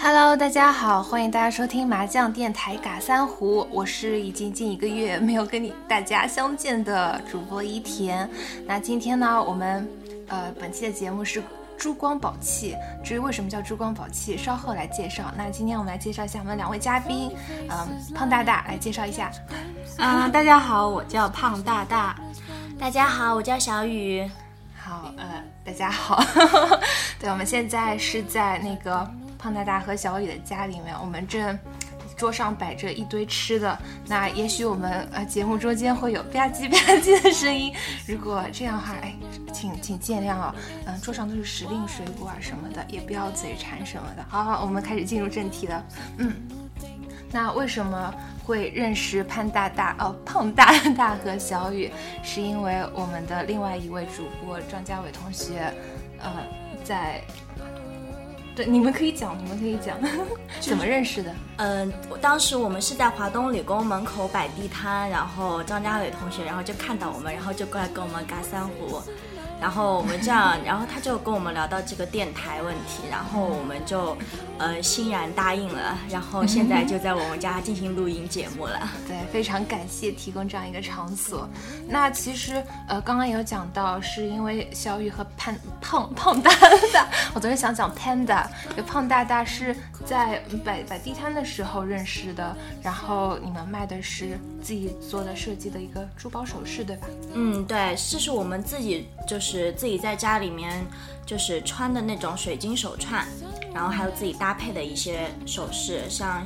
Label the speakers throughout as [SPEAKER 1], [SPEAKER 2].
[SPEAKER 1] Hello，大家好，欢迎大家收听麻将电台嘎三胡，我是已经近一个月没有跟你大家相见的主播伊田。那今天呢，我们呃本期的节目是珠光宝气，至于为什么叫珠光宝气，稍后来介绍。那今天我们来介绍一下我们两位嘉宾，嗯、胖大大来介绍一下，
[SPEAKER 2] 啊、大家好，我叫胖大大。
[SPEAKER 3] 大家好，我叫小雨。
[SPEAKER 1] 好，呃，大家好， 对，我们现在是在那个胖大大和小雨的家里面，我们这桌上摆着一堆吃的，那也许我们呃节目中间会有吧唧吧唧的声音，如果这样的话，哎，请请见谅啊、嗯、桌上都是时令水果啊什么的，也不要嘴馋什么的。好好，我们开始进入正题了，嗯。那为什么会认识潘大大哦，胖大大和小雨，是因为我们的另外一位主播张家伟同学，呃，在，对，你们可以讲，你们可以讲， 怎么认识的？
[SPEAKER 3] 嗯、我当时我们是在华东理工门口摆地摊，然后张家伟同学，然后就看到我们，然后就过来跟我们嘎三胡，然后我们这样，然后他就呃跟我们聊到这个电台问题，然后我们就呃欣然答应了，然后现在就在我们家进行录音节目了。
[SPEAKER 1] 对，非常感谢提供这样一个场所。那其实呃，刚刚也有讲到，是因为小雨和胖胖胖大大，我昨天想讲 panda，就胖大大是在摆摆地摊的时候认识的，然后你们卖的是自己做的设计的一个珠宝首饰，对吧？
[SPEAKER 3] 嗯，对，这是我们自己就是自己在家里面就是穿的那种水晶手串，然后还有自己搭配的一些首饰，像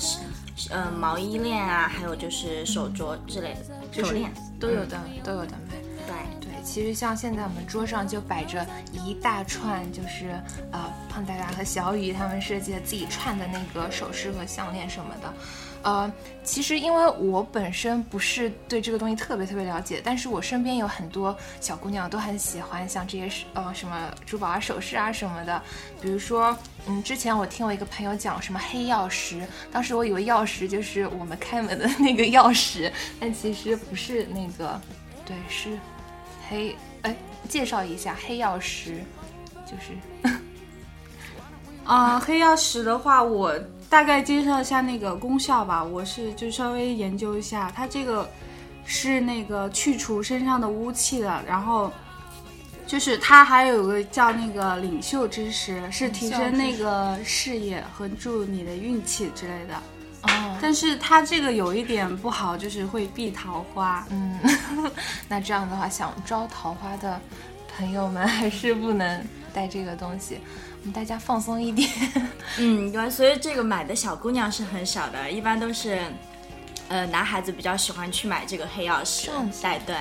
[SPEAKER 3] 嗯、呃毛衣链啊，还有就是手镯之类的、手链。嗯
[SPEAKER 1] 都有的，都有的卖。
[SPEAKER 3] 对，
[SPEAKER 1] 对，其实像现在我们桌上就摆着一大串，就是呃胖大大和小雨他们设计的自己串的那个首饰和项链什么的。呃，其实因为我本身不是对这个东西特别特别了解，但是我身边有很多小姑娘都很喜欢像这些是呃什么珠宝啊、首饰啊什么的。比如说，嗯，之前我听我一个朋友讲什么黑曜石，当时我以为曜石就是我们开门的那个曜石，但其实不是那个，对，是黑哎，介绍一下黑曜石，就是
[SPEAKER 2] 啊、黑曜石的话，我大概介绍一下那个功效吧。我是就稍微研究一下，它这个是那个去除身上的污气的，然后就是它还有个叫那个领袖之石，是提升那个视野和助你的运气之类的。
[SPEAKER 1] 哦，
[SPEAKER 2] 但是它这个有一点不好，就是会避桃花。
[SPEAKER 1] 嗯，那这样的话，想招桃花的朋友们还是不能带这个东西，我们大家放松一点。
[SPEAKER 3] 嗯，对，所以这个买的小姑娘是很少的，一般都是呃男孩子比较喜欢去买这个黑曜石
[SPEAKER 1] 这样子，
[SPEAKER 3] 对对，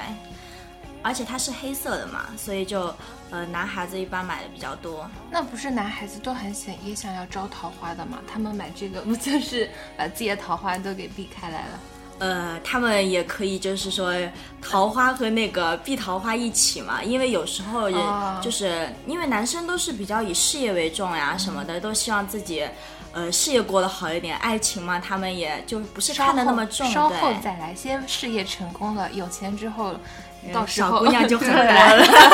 [SPEAKER 3] 而且它是黑色的嘛，所以就呃男孩子一般买的比较多。
[SPEAKER 1] 那不是男孩子都很想也想要招桃花的嘛？他们买这个不就是把自己的桃花都给避开来了？
[SPEAKER 3] 呃，他们也可以就是说桃花和那个碧桃花一起嘛，因为有时候人
[SPEAKER 1] 哦
[SPEAKER 3] 就是、因为男生都是比较以事业为重呀什么的，都希望自己呃事业过得好一点，爱情嘛，他们也就不是看得那么重，
[SPEAKER 1] 稍后
[SPEAKER 3] 对
[SPEAKER 1] 稍后再来，先事业成功了，有钱之后，到时
[SPEAKER 3] 嗯
[SPEAKER 1] 候嗯
[SPEAKER 3] 小姑娘 就很
[SPEAKER 1] 对
[SPEAKER 3] 多了。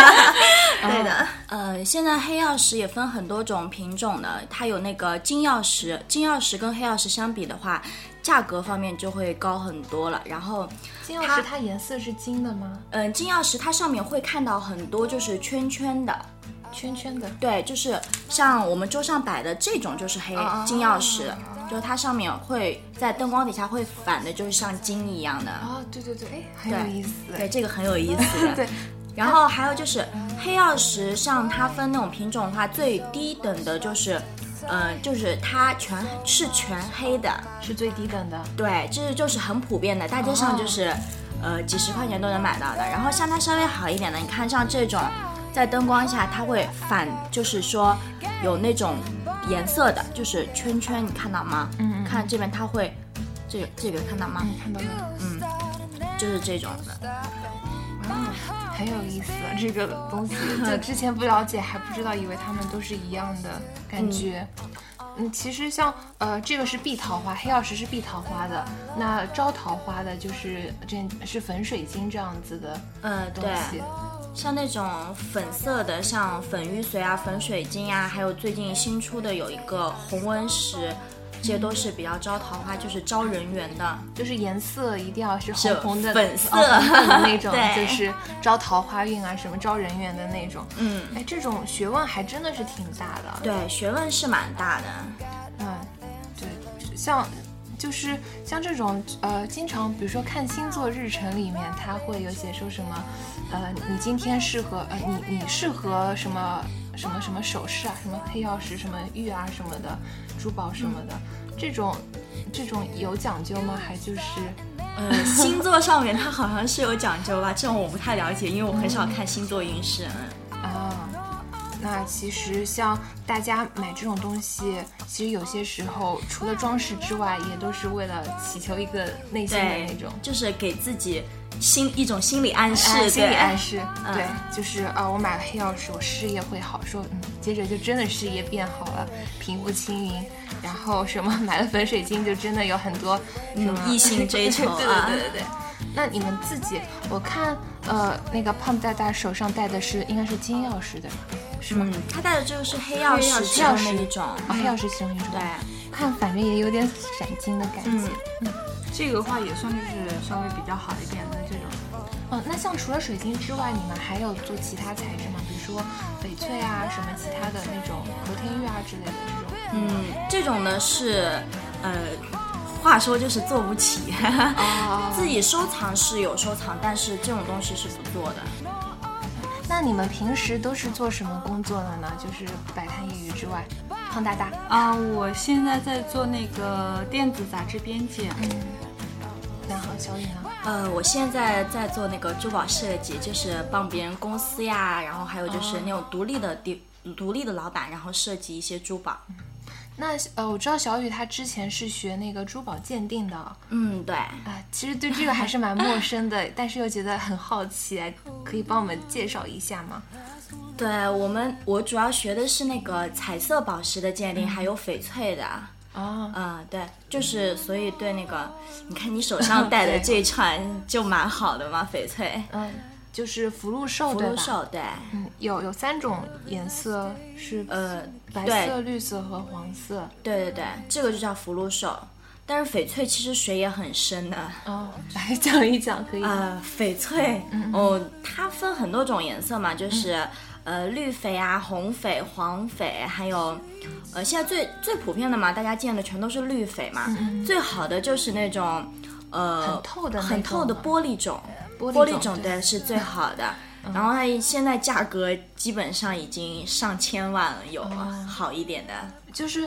[SPEAKER 1] 对的，
[SPEAKER 3] 呃，现在黑曜石也分很多种品种的，它有那个金曜石，金曜石跟黑曜石相比的话，价格方面就会高很多了。然后，
[SPEAKER 1] 金曜石它颜色是金的吗？
[SPEAKER 3] 嗯、金曜石它上面会看到很多就是圈圈的，
[SPEAKER 1] 圈圈的。
[SPEAKER 3] 对，就是像我们桌上摆的这种就是黑、
[SPEAKER 1] 哦
[SPEAKER 3] 金曜石，就是它上面会在灯光底下会反的，就是像金一样的。
[SPEAKER 1] 哦，对对对，哎，很有
[SPEAKER 3] 对
[SPEAKER 1] 意思。
[SPEAKER 3] 对，这个很有意思的。
[SPEAKER 1] 对，
[SPEAKER 3] 然后还有就是黑曜石，像它分那种品种的话，最低等的就是，呃，就是它全是全黑的，
[SPEAKER 1] 是最低等的。
[SPEAKER 3] 对，这就是很普遍的，大街上就是，呃，几十块钱都能买到的。然后像它稍微好一点的，你看像这种，在灯光下它会反，就是说有那种颜色的，就是圈圈，你看到吗？嗯看这边它会，这个这个看到吗？
[SPEAKER 1] 你看到没有？
[SPEAKER 3] 就是这种的。
[SPEAKER 1] 很有意思，
[SPEAKER 3] 嗯
[SPEAKER 1] 这个 东西就之前不了解，还不知道，以为它们都是一样的感觉。嗯，其实像呃，这个是碧桃花，黑曜石是碧桃花的，那招桃花的就是这是粉水晶这样子的
[SPEAKER 3] 呃，
[SPEAKER 1] 东
[SPEAKER 3] 对。
[SPEAKER 1] 西。
[SPEAKER 3] 像那种粉色的，像粉玉髓啊、粉水晶啊，还有最近新出的有一个红纹石，这些都是比较招桃花，就是招人缘的。
[SPEAKER 1] 就是颜色一定要是
[SPEAKER 3] 是
[SPEAKER 1] 红红的、
[SPEAKER 3] 粉色
[SPEAKER 1] 哦红红的那 种，
[SPEAKER 3] 对
[SPEAKER 1] 就是招桃花运啊，什么招人缘的那种。
[SPEAKER 3] 嗯，
[SPEAKER 1] 哎，这种学问还真的是挺大的。
[SPEAKER 3] 对，学问是蛮大的。
[SPEAKER 1] 嗯，对，像就是像这种呃，经常比如说看星座日程里面，它会有写说什么，呃，你今天适合呃，你你适合什么什么什么首饰啊，什么黑曜石、什么玉啊什么的，珠宝什么的，这种这种有讲究吗？还就是
[SPEAKER 3] 呃，星座上面它好像是有讲究吧，这种我不太了解，因为我很少看星座运势。嗯
[SPEAKER 1] 啊。那其实像大家买这种东西，其实有些时候除了装饰之外，也都是为了祈求一个内心的那
[SPEAKER 3] 对
[SPEAKER 1] 种，
[SPEAKER 3] 就是给自己心一种心理暗示，
[SPEAKER 1] 哎心理
[SPEAKER 3] 对
[SPEAKER 1] 暗示，对
[SPEAKER 3] 嗯，
[SPEAKER 1] 就是啊，我买了黑曜石，我事业会好，说嗯，接着就真的事业变好了，平步青云，然后什么 买了粉水晶，就真的有很多什么
[SPEAKER 3] 嗯异 性追求
[SPEAKER 1] 对
[SPEAKER 3] 啊
[SPEAKER 1] 对对对对。那你们自己，我看呃，那个胖大大手上戴的是应该是金曜石对吧？是吗？
[SPEAKER 3] 嗯，他戴的就是黑嗯曜
[SPEAKER 1] 黑曜
[SPEAKER 3] 石
[SPEAKER 1] 石
[SPEAKER 3] 其中的一种。
[SPEAKER 1] 啊，黑曜石其中一种，
[SPEAKER 3] 对，嗯
[SPEAKER 1] 看反正也有点闪金的感觉。
[SPEAKER 2] 这个的话也算就是稍微比较好一点的这种。
[SPEAKER 1] 哦，那像除了水晶之外，你们还有做其他材质吗？比如说翡翠啊，什么其他的那种和田玉啊之类的这种。
[SPEAKER 3] 嗯，这种呢是，呃，话说就是做不起，
[SPEAKER 1] 哦
[SPEAKER 3] 自己收藏是有收藏，但是这种东西是不做的。
[SPEAKER 1] 哦那你们平时都是做什么工作的呢？就是摆摊业余之外，胖大大，
[SPEAKER 2] 啊、我现在在做那个电子杂志编辑，
[SPEAKER 1] 然后小雨呢？
[SPEAKER 3] 呃，我现在在做那个珠宝设计，就是帮别人公司呀，然后还
[SPEAKER 1] 哦
[SPEAKER 3] 有就是那种独立的地、独立的老板，然后设计一些珠宝。
[SPEAKER 1] 那呃，我知道小雨她之前是学那个珠宝鉴定的啊、
[SPEAKER 3] 嗯，对，
[SPEAKER 1] 其实对这个还是蛮陌生的，但是又觉得很好奇，哎可以帮我们介绍一下吗？
[SPEAKER 3] 对我们我主要学的是那个彩色宝石的鉴
[SPEAKER 1] 嗯
[SPEAKER 3] 定，还有翡翠的。
[SPEAKER 1] 啊、
[SPEAKER 3] 啊、对，就是所以对那个，你看你手上戴的
[SPEAKER 1] 对
[SPEAKER 3] 这一串就蛮好的嘛，翡翠、
[SPEAKER 1] 嗯，就是福禄寿
[SPEAKER 3] 福
[SPEAKER 1] 对
[SPEAKER 3] 禄
[SPEAKER 1] 吧？
[SPEAKER 3] 寿，对，
[SPEAKER 1] 嗯，有有三种颜色是
[SPEAKER 3] 呃，
[SPEAKER 1] 白
[SPEAKER 3] 对
[SPEAKER 1] 色、绿色和黄色。
[SPEAKER 3] 对对对，这个就叫福禄寿。但是翡翠其实水也很深的，
[SPEAKER 1] 哦，来讲一讲可以吗。
[SPEAKER 3] 啊，翡翠，
[SPEAKER 1] 嗯
[SPEAKER 3] 哦，它分很多种颜色嘛，就是、呃绿翡啊、红翡、黄翡，还有呃现在最最普遍的嘛，大家见的全都是绿翡嘛，最好的就是那种呃
[SPEAKER 1] 嗯很透的那
[SPEAKER 3] 很透
[SPEAKER 1] 种
[SPEAKER 3] 的
[SPEAKER 1] 吗
[SPEAKER 3] 玻璃种，呃
[SPEAKER 1] 玻璃
[SPEAKER 3] 玻
[SPEAKER 1] 种
[SPEAKER 3] 种
[SPEAKER 1] 对嗯
[SPEAKER 3] 对是最好的。然后它现在价格基本上已经上千万了，有
[SPEAKER 1] 哦
[SPEAKER 3] 好一点的，
[SPEAKER 1] 就是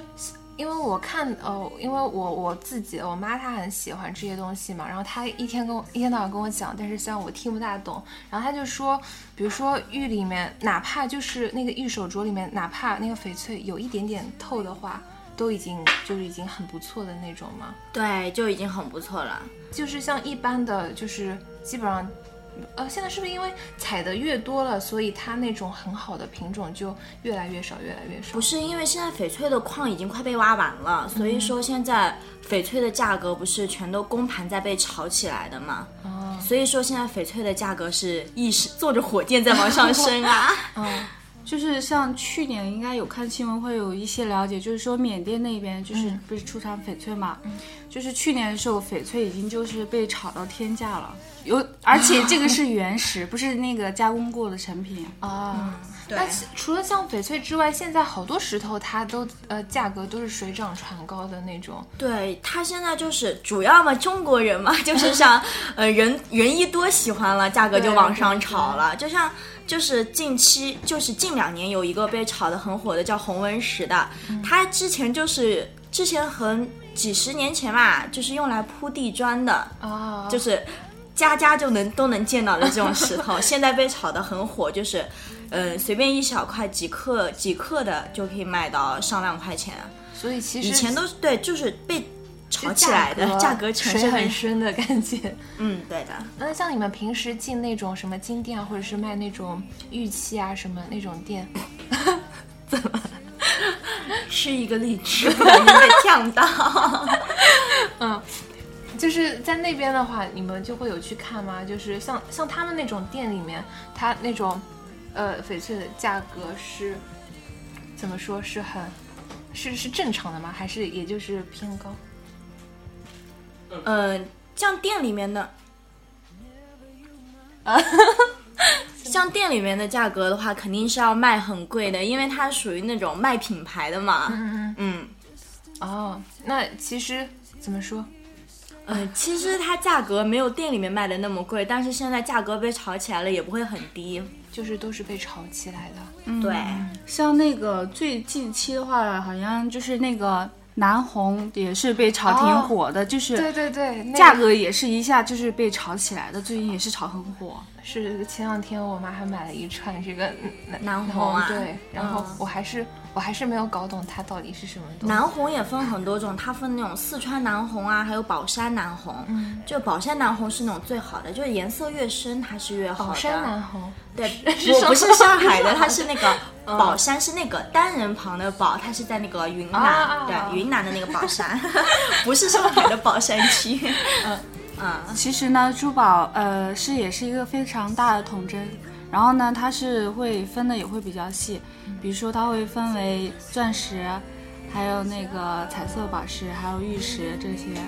[SPEAKER 1] 因为我看哦，因为我我自己我妈她很喜欢这些东西嘛，然后她一天跟我一天到晚跟我讲，但是虽然我听不大懂，然后她就说，比如说玉里面，哪怕就是那个玉手镯里面，哪怕那个翡翠有一点点透的话，都已经就是已经很不错的那种嘛。
[SPEAKER 3] 对，就已经很不错了。
[SPEAKER 1] 就是像一般的，就是基本上，呃，现在是不是因为采的越多了，所以它那种很好的品种就越来越少，越来越少
[SPEAKER 3] 不？是因为现在翡翠的矿已经快被挖完了，所
[SPEAKER 1] 嗯
[SPEAKER 3] 以说现在翡翠的价格不是全都公盘在被炒起来的嘛？
[SPEAKER 1] 哦
[SPEAKER 3] 所以说现在翡翠的价格是一时坐着火箭在往上升 啊！
[SPEAKER 1] 嗯，
[SPEAKER 2] 就是像去年应该有看新闻，会有一些了解，就是说缅甸那边就是
[SPEAKER 1] 嗯
[SPEAKER 2] 不是出产翡翠嘛，就是去年的时候翡翠已经就是被炒到天价了，有而且这个是原石，不是那个加工过的成品。
[SPEAKER 1] 啊，
[SPEAKER 3] 嗯对
[SPEAKER 1] 那其除了像翡翠之外，现在好多石头它都呃价格都是水涨船高的那种。
[SPEAKER 3] 对他现在就是主要嘛，中国人嘛，就是像呃人人一多喜欢了，价格就
[SPEAKER 1] 对
[SPEAKER 3] 往上炒了。就像就是近期就是近两年有一个被炒得很火的叫红纹石的，
[SPEAKER 1] 嗯
[SPEAKER 3] 它之前就是之前很几十年前吧，就是用来铺地砖的，
[SPEAKER 1] 啊，
[SPEAKER 3] 就是家家就能都能见到的这种石头， 现在被炒得很火，就是，呃，随便一小块几克几克的就可以卖到上万块钱，
[SPEAKER 1] 所以其实
[SPEAKER 3] 以前都是对，就是被炒
[SPEAKER 1] 就
[SPEAKER 3] 起来的，价格全
[SPEAKER 1] 水
[SPEAKER 3] 是
[SPEAKER 1] 很深的感觉。
[SPEAKER 3] 嗯，对 的。
[SPEAKER 1] 那像你们平时进那种什么金店啊，或者是卖那种玉器啊什么那种店，
[SPEAKER 3] 吃一个 荔枝，不然就被呛到。
[SPEAKER 1] 就是在那边的话，你们就会有去看吗？就是像像他们那种店里面，它那种，呃，翡翠的价格是怎么说是很是是正常的吗？还是也就是偏高？
[SPEAKER 3] 嗯，像店里 面的，像店里面的价格的话，肯定是要卖很贵的，因为它属于那种卖品牌的嘛。嗯嗯。
[SPEAKER 1] 哦，那其实怎么说？
[SPEAKER 3] 呃，其实它价格没有店里面卖的那么贵，但是现在价格被炒起来了，也不会很低。
[SPEAKER 1] 就是都是被炒起来的。
[SPEAKER 3] 对，
[SPEAKER 2] 像那个最近期的话，好像就是那个南红也是被炒挺火的，就是
[SPEAKER 1] 哦对对对，那
[SPEAKER 2] 价格也是一下就是被炒起来的，最近也是炒很火。
[SPEAKER 1] 是前两天我妈还买了一串这个南
[SPEAKER 3] 南红啊
[SPEAKER 1] 对，然后
[SPEAKER 3] 嗯
[SPEAKER 1] 我还是、我还是没有搞懂它到底是什么东西。
[SPEAKER 3] 南红也分很多种，它分那种四川南红啊，还有宝山南红。嗯，就宝山南红是那种最好的，就是颜色越深它是越好的。
[SPEAKER 1] 宝山南红，
[SPEAKER 3] 对，
[SPEAKER 1] 是
[SPEAKER 3] 不不
[SPEAKER 1] 什
[SPEAKER 3] 是
[SPEAKER 1] 么
[SPEAKER 3] 上海的，它嗯是那 个宝山，是那个单人旁的宝，它是在那个云南，
[SPEAKER 1] 啊
[SPEAKER 3] 对，云南的那个宝山， 不是上海的宝山区。嗯
[SPEAKER 2] 其实呢，珠宝呃是也是一个非常大的统称，然后呢，它是会分的也会比较细，比如说它会分为钻石，还有那个彩色宝石，还有玉石这些。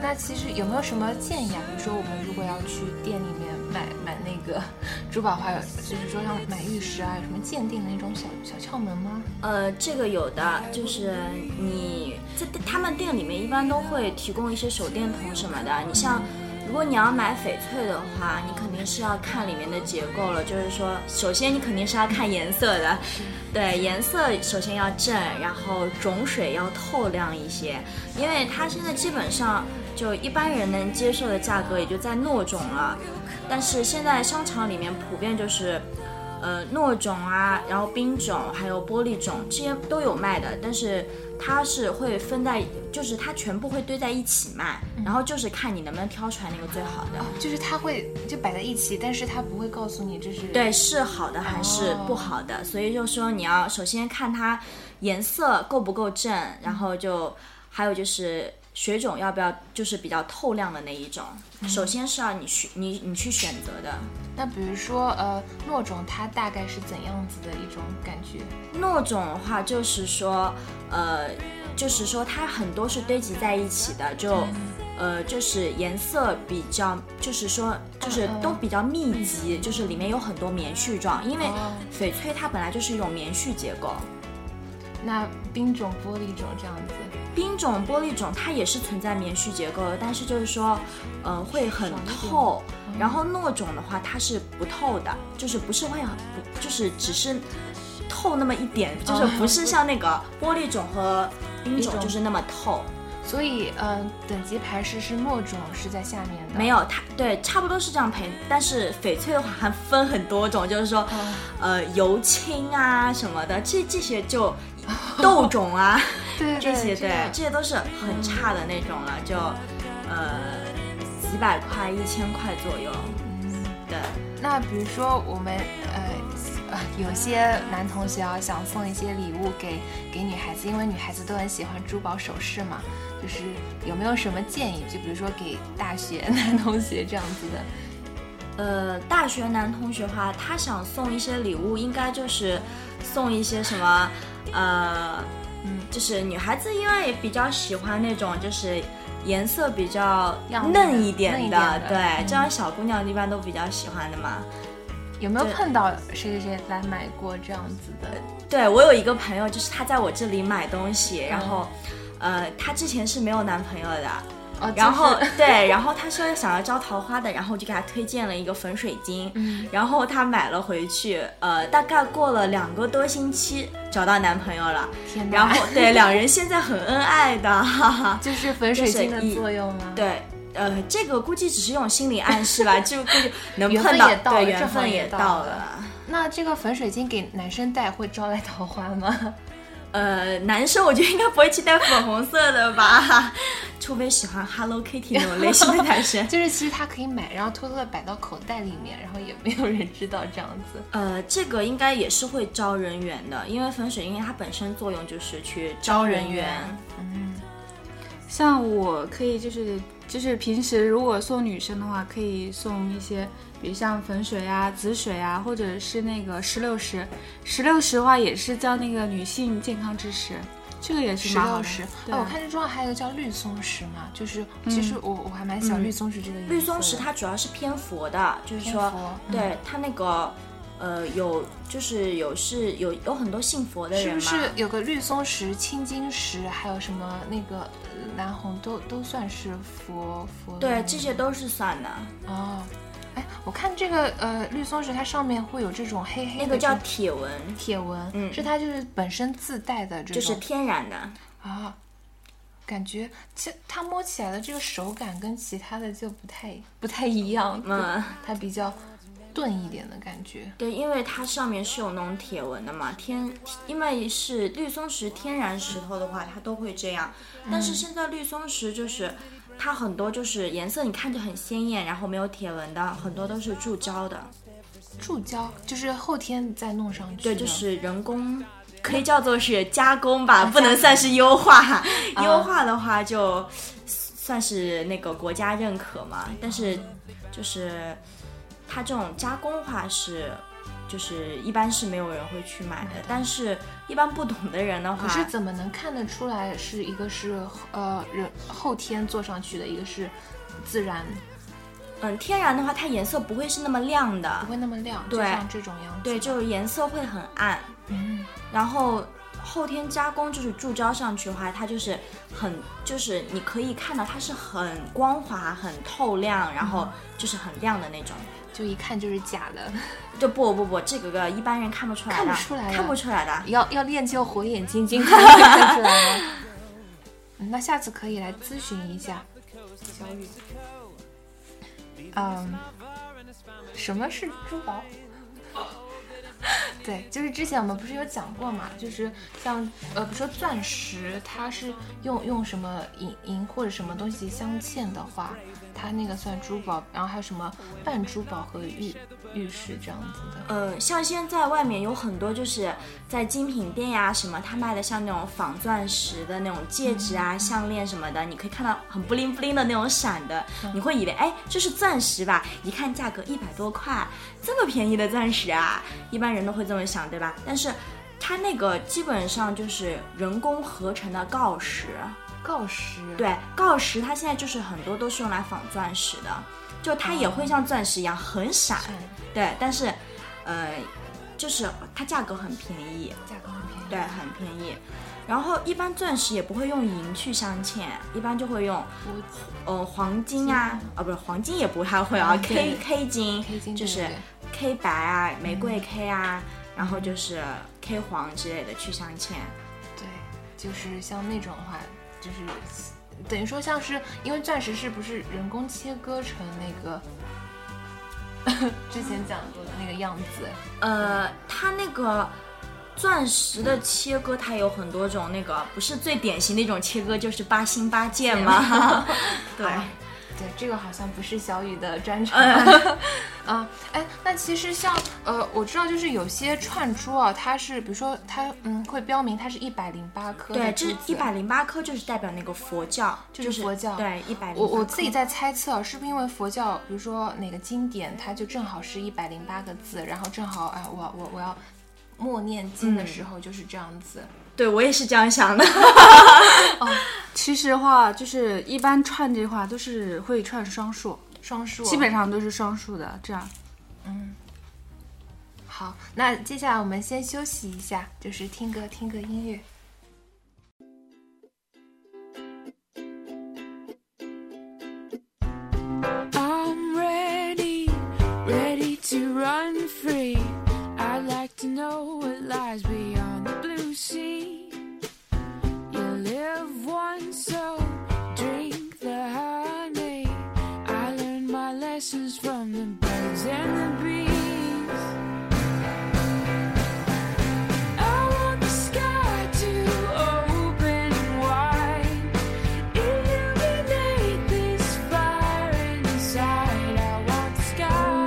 [SPEAKER 1] 那其实有没有什么建议啊？比如说我们如果要去店里面买买那个珠宝还有就是说像买玉石啊，有什么鉴定的那种小小窍门吗？
[SPEAKER 3] 呃，这个有的就是你在他们店里面一般都会提供一些手电筒什么的。你像，如果你要买翡翠的话，你肯定是要看里面的结构了，就是说，首先你肯定是要看颜色的， 对，颜色首先要正，然后种水要透亮一些，因为它现在基本上就一般人能接受的价格也就在糯种了，但是现在商场里面普遍就是呃糯种啊，然后冰种，还有玻璃种，这些都有卖的，但是它是会分在，就是它全部会堆在一起卖，然后就是看你能不能挑出来那个最好的。
[SPEAKER 1] 就是它会就摆在一起，但是它不会告诉你这是
[SPEAKER 3] 对，是好的还是不好的，所以就说你要首先看它颜色够不够正，然后就还有就是水种要不要就是比较透亮的那一种，首先是要你去你你去选择的。
[SPEAKER 1] 那比如说，呃，糯种它大概是怎样子的一种感觉？
[SPEAKER 3] 糯种的话，就是说，呃，就是说它很多是堆积在一起的，就，呃，就是颜色比较，就是说，就是都比较密集，就是里面有很多棉絮状，因为翡翠它本来就是一种棉絮结构。
[SPEAKER 1] 那冰种、玻璃种这样子，
[SPEAKER 3] 冰种、玻璃种，它也是存在棉絮结构的，但是就是说，呃，会很透。然后糯种的话，它是不透的，就是不是会很，不就是只是透那么一点，就是不是像那个玻璃种和冰
[SPEAKER 1] 冰
[SPEAKER 3] 种
[SPEAKER 1] 种
[SPEAKER 3] 就是那么透。
[SPEAKER 1] 所以，嗯、等级排序是糯种是在下面的，
[SPEAKER 3] 没有它，对，差不多是这样配。但是翡翠的话还分很多种，就是说，呃，油青啊什么的，这这些就豆种啊。
[SPEAKER 1] 对
[SPEAKER 3] 这些对，
[SPEAKER 1] 样
[SPEAKER 3] 这些都是很差的那种了，就呃几百块、一千块左右。对，
[SPEAKER 1] 那比如说我们呃呃，有些男同学啊，想送一些礼物给给女孩子，因为女孩子都很喜欢珠宝首饰嘛，就是有没有什么建议？就比如说给大学男同学这样子的，
[SPEAKER 3] 呃，大学男同学的话，他想送一些礼物，应该就是送一些什么，呃，嗯，就是女孩子应该也比较喜欢那种就是。颜色比较
[SPEAKER 1] 亮的
[SPEAKER 3] 嫩一点
[SPEAKER 1] 嫩一点的
[SPEAKER 3] 对，
[SPEAKER 1] 嗯
[SPEAKER 3] 这样小姑娘一般都比较喜欢的嘛。
[SPEAKER 1] 有没有
[SPEAKER 3] 对
[SPEAKER 1] 碰到谁谁谁来买过这样子的？
[SPEAKER 3] 对我有一个朋友，就是她在我这里买东西，然后，呃，她之前是没有男朋友的，
[SPEAKER 1] 哦，
[SPEAKER 3] 然后
[SPEAKER 1] 就是
[SPEAKER 3] 对，然后他说想要招桃花的，然后我就给他推荐了一个粉水晶，
[SPEAKER 1] 嗯
[SPEAKER 3] 然后他买了回去，呃，大概过了两个多星期找到男朋友了，
[SPEAKER 1] 天哪
[SPEAKER 3] 然后对两人现在很恩爱的， 哈哈，
[SPEAKER 1] 就是粉水
[SPEAKER 3] 就是
[SPEAKER 1] 晶的
[SPEAKER 3] 一
[SPEAKER 1] 作用吗？
[SPEAKER 3] 对。呃，这个估计只是一种心理暗示吧，就估 计能
[SPEAKER 1] 缘
[SPEAKER 3] 碰
[SPEAKER 1] 分
[SPEAKER 3] 到，
[SPEAKER 1] 也到
[SPEAKER 3] 对，
[SPEAKER 1] 了
[SPEAKER 3] 缘
[SPEAKER 1] 正好
[SPEAKER 3] 分
[SPEAKER 1] 也
[SPEAKER 3] 也
[SPEAKER 1] 到
[SPEAKER 3] 到
[SPEAKER 1] 了
[SPEAKER 3] 了。
[SPEAKER 1] 那这个粉水晶给男生戴会招来桃花吗？
[SPEAKER 3] 呃，男生我觉得应该不会去戴粉红色的吧， 除非喜欢 Hello Kitty 那种类型的男生。
[SPEAKER 1] 就是其实他可以买，然后偷偷的摆到口袋里面，然后也没有人知道这样子。
[SPEAKER 3] 呃，这个应该也是会招人缘的，因为粉水晶它本身作用就是去招人缘。
[SPEAKER 2] 像我可以就是就是平时如果送女生的话，可以送一些，比如像粉水啊、紫水啊，或者是那个石榴石。石榴石的话也是叫那个女性健康之石，这个也是
[SPEAKER 1] 石
[SPEAKER 2] 蛮好
[SPEAKER 1] 榴
[SPEAKER 2] 的。
[SPEAKER 1] 石，
[SPEAKER 2] 对
[SPEAKER 1] 哎、
[SPEAKER 2] 啊
[SPEAKER 1] 我看这中药还有一个叫绿松石嘛，就是其实我、我还蛮喜欢嗯绿松石这个颜色的。
[SPEAKER 3] 绿松石它主要是偏佛的，就是说
[SPEAKER 1] 偏佛，嗯
[SPEAKER 3] 对它那个，呃，有就是有是有有很多信佛的
[SPEAKER 1] 是
[SPEAKER 3] 人
[SPEAKER 1] 不
[SPEAKER 3] 嘛，
[SPEAKER 1] 是有个绿松石、青金石，还有什么那个呃蓝红都都算是佛佛的
[SPEAKER 3] 对
[SPEAKER 1] 那，
[SPEAKER 3] 这
[SPEAKER 1] 个
[SPEAKER 3] 些都是算的。
[SPEAKER 1] 哦。哎，我看这个呃绿松石，它上面会有这种黑黑的
[SPEAKER 3] 那个叫
[SPEAKER 1] 这种
[SPEAKER 3] 铁纹，
[SPEAKER 1] 铁纹，
[SPEAKER 3] 嗯
[SPEAKER 1] 是它就是本身自带的这种，
[SPEAKER 3] 就是天然的。
[SPEAKER 1] 啊，感觉其它摸起来的这个手感跟其他的就不太不太一样，
[SPEAKER 3] 嗯，
[SPEAKER 1] 它比较钝一点的感觉。
[SPEAKER 3] 对，因为它上面是有那种铁纹的嘛，天，因为是绿松石天然石头的话，它都会这样。但是现在绿松石就是它很多就是颜色你看着很鲜艳，然后没有铁纹的，很多都是注胶的，
[SPEAKER 1] 注胶就是后天再弄上去的，
[SPEAKER 3] 对，就是人工。可以叫做是加工吧，
[SPEAKER 1] 啊
[SPEAKER 3] 不能算是优 化。优化的话就算是那个国家认可嘛，但是就是它这种加工化是，就是一般是没有人会去买的，但是一般不懂的人的话
[SPEAKER 1] 嗯可，是怎么能看得出来是一个是呃人后天做上去的，一个是自然
[SPEAKER 3] 嗯，天然的话它颜色不会是那么亮的
[SPEAKER 1] 不，会那么亮，就
[SPEAKER 3] 对
[SPEAKER 1] 像这种样子。
[SPEAKER 3] 对，就是颜色会很暗，
[SPEAKER 1] 嗯
[SPEAKER 3] 然后后天加工就是注胶上去的话，它就是很就是你可以看到它是很光滑、很透亮，然后就是很亮的那种。
[SPEAKER 1] 就一看就是假的，
[SPEAKER 3] 就不不不，这个个一般人看不出来的，
[SPEAKER 1] 看不出来的
[SPEAKER 3] 看不出来的。
[SPEAKER 1] 要要练就火眼金睛才 能看出来吗？嗯那下次可以来咨询一下小雨。嗯，什么是珠宝？ 对，就是之前我们不是有讲过嘛，就是像呃，比如说钻石，它是用用什么银银或者什么东西镶嵌的话，它那个算珠宝。然后还有什么半珠宝和玉玉石这样子的。
[SPEAKER 3] 嗯，像现在外面有很多就是在精品店呀什么，他卖的像那种仿钻石的那种戒指啊、项链什么的，你可以看到很不灵不灵的那种闪的，你会以为哎这是钻石吧？一看价格一百多块，这么便宜的钻石啊，一般人都会这么想对吧？但是它那个基本上就是人工合成的锆石，
[SPEAKER 1] 锆石，
[SPEAKER 3] 对，锆石它现在就是很多都是用来仿钻石的，就它也会像钻石一样很闪，
[SPEAKER 1] 嗯，
[SPEAKER 3] 对，但是，呃，就是它价格很便宜，
[SPEAKER 1] 价格很便宜。
[SPEAKER 3] 对，很便宜。然后一般钻石也不会用银去镶嵌，一般就会用，呃，黄金啊，啊，不是黄金也不太会啊
[SPEAKER 1] 嗯对
[SPEAKER 3] ，K K 金
[SPEAKER 1] K 金
[SPEAKER 3] 就
[SPEAKER 1] 对
[SPEAKER 3] 是
[SPEAKER 1] 对
[SPEAKER 3] K 白啊，玫瑰 K 啊，然后就是 K 黄之类的去镶嵌。
[SPEAKER 1] 对，就是像那种的话，就是等于说像是因为钻石是不是人工切割成那个 之前讲过的那个样子？
[SPEAKER 3] 呃，它那个钻石的切割，它有很多种，那个不是最典型的一种切割就是八星八箭 吗？对，
[SPEAKER 1] 对，这个好像不是小雨的专长。
[SPEAKER 3] 嗯
[SPEAKER 1] 啊，哎，那其实像呃，我知道就是有些串珠啊，它是比如说它嗯会标明它是一百零八颗的
[SPEAKER 3] 对，
[SPEAKER 1] 珠
[SPEAKER 3] 这
[SPEAKER 1] 子，
[SPEAKER 3] 一百零八颗就是代表那个佛教，
[SPEAKER 1] 就
[SPEAKER 3] 就是是
[SPEAKER 1] 佛教
[SPEAKER 3] 对，一百零。
[SPEAKER 1] 我我自己在猜测，是不是因为佛教，比如说哪个经典，它就正好是一百零八个字，然后正好啊、哎，我我我要默念经的时候就是这样子。
[SPEAKER 3] 对我也是这样想的。
[SPEAKER 2] 其实的话，就是一般串这话都是会串双数，
[SPEAKER 1] 双数
[SPEAKER 2] 基本上都是双数的，这样。
[SPEAKER 1] 好，那接下来我们先休息一下，就是听歌听个音乐。
[SPEAKER 4] I'm ready, ready to run free. I'd like to know what lies beyond the blue sea. You live once, so drink the honey. I learned my lessons from the birds and the bees. I want the sky to open wide. Illuminate this fire inside. I want the sky.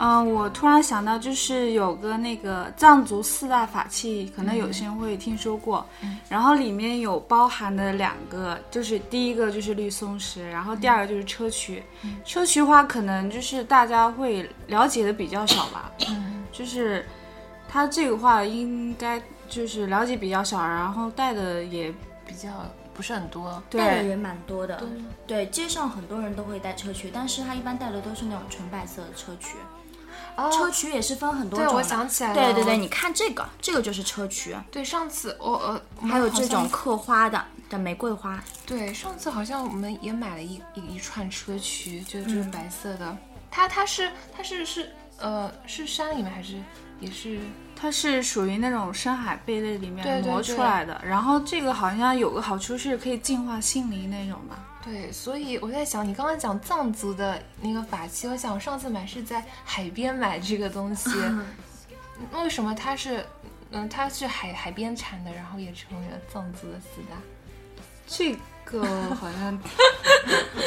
[SPEAKER 2] 嗯、我突然想到，就是有个那个藏族四大法器，可能有些人会听说过。然后里面有包含的两个，就是第一个就是绿松石，然后第二个就是砗磲。砗磲花可能就是大家会了解的比较少吧，嗯就是它这个话应该就是了解比较少，然后带的也
[SPEAKER 1] 比较不是很多。
[SPEAKER 3] 带的
[SPEAKER 2] 对
[SPEAKER 3] 人蛮多的，对，街上很多人都会带砗磲，但是他一般带的都是那种纯白色的砗磲。砗
[SPEAKER 1] 哦，
[SPEAKER 3] 磲也是分很多
[SPEAKER 1] 对
[SPEAKER 3] 种的，
[SPEAKER 1] 我想起来了
[SPEAKER 3] 对对对，你看这个，这个就是砗磲，
[SPEAKER 1] 对，上次我呃，我们
[SPEAKER 3] 还有
[SPEAKER 1] 好
[SPEAKER 3] 这
[SPEAKER 1] 像
[SPEAKER 3] 种刻花的的玫瑰花，
[SPEAKER 1] 对，上次好像我们也买了一一一串砗磲，就就是白色的。它它是它是是呃是山里面还是也是
[SPEAKER 2] 它是属于那种深海贝类里
[SPEAKER 1] 对
[SPEAKER 2] 面
[SPEAKER 1] 对
[SPEAKER 2] 磨
[SPEAKER 1] 对
[SPEAKER 2] 出来的。然后这个好像有个好处是可以净化心灵那种吧。
[SPEAKER 1] 对，所以我在想，你刚刚讲藏族的那个法器，我想上次买是在海边买这个东 西，为什么它是，嗯，它是海海边产的，然后也成为了藏族的四大？
[SPEAKER 2] 这个好 像，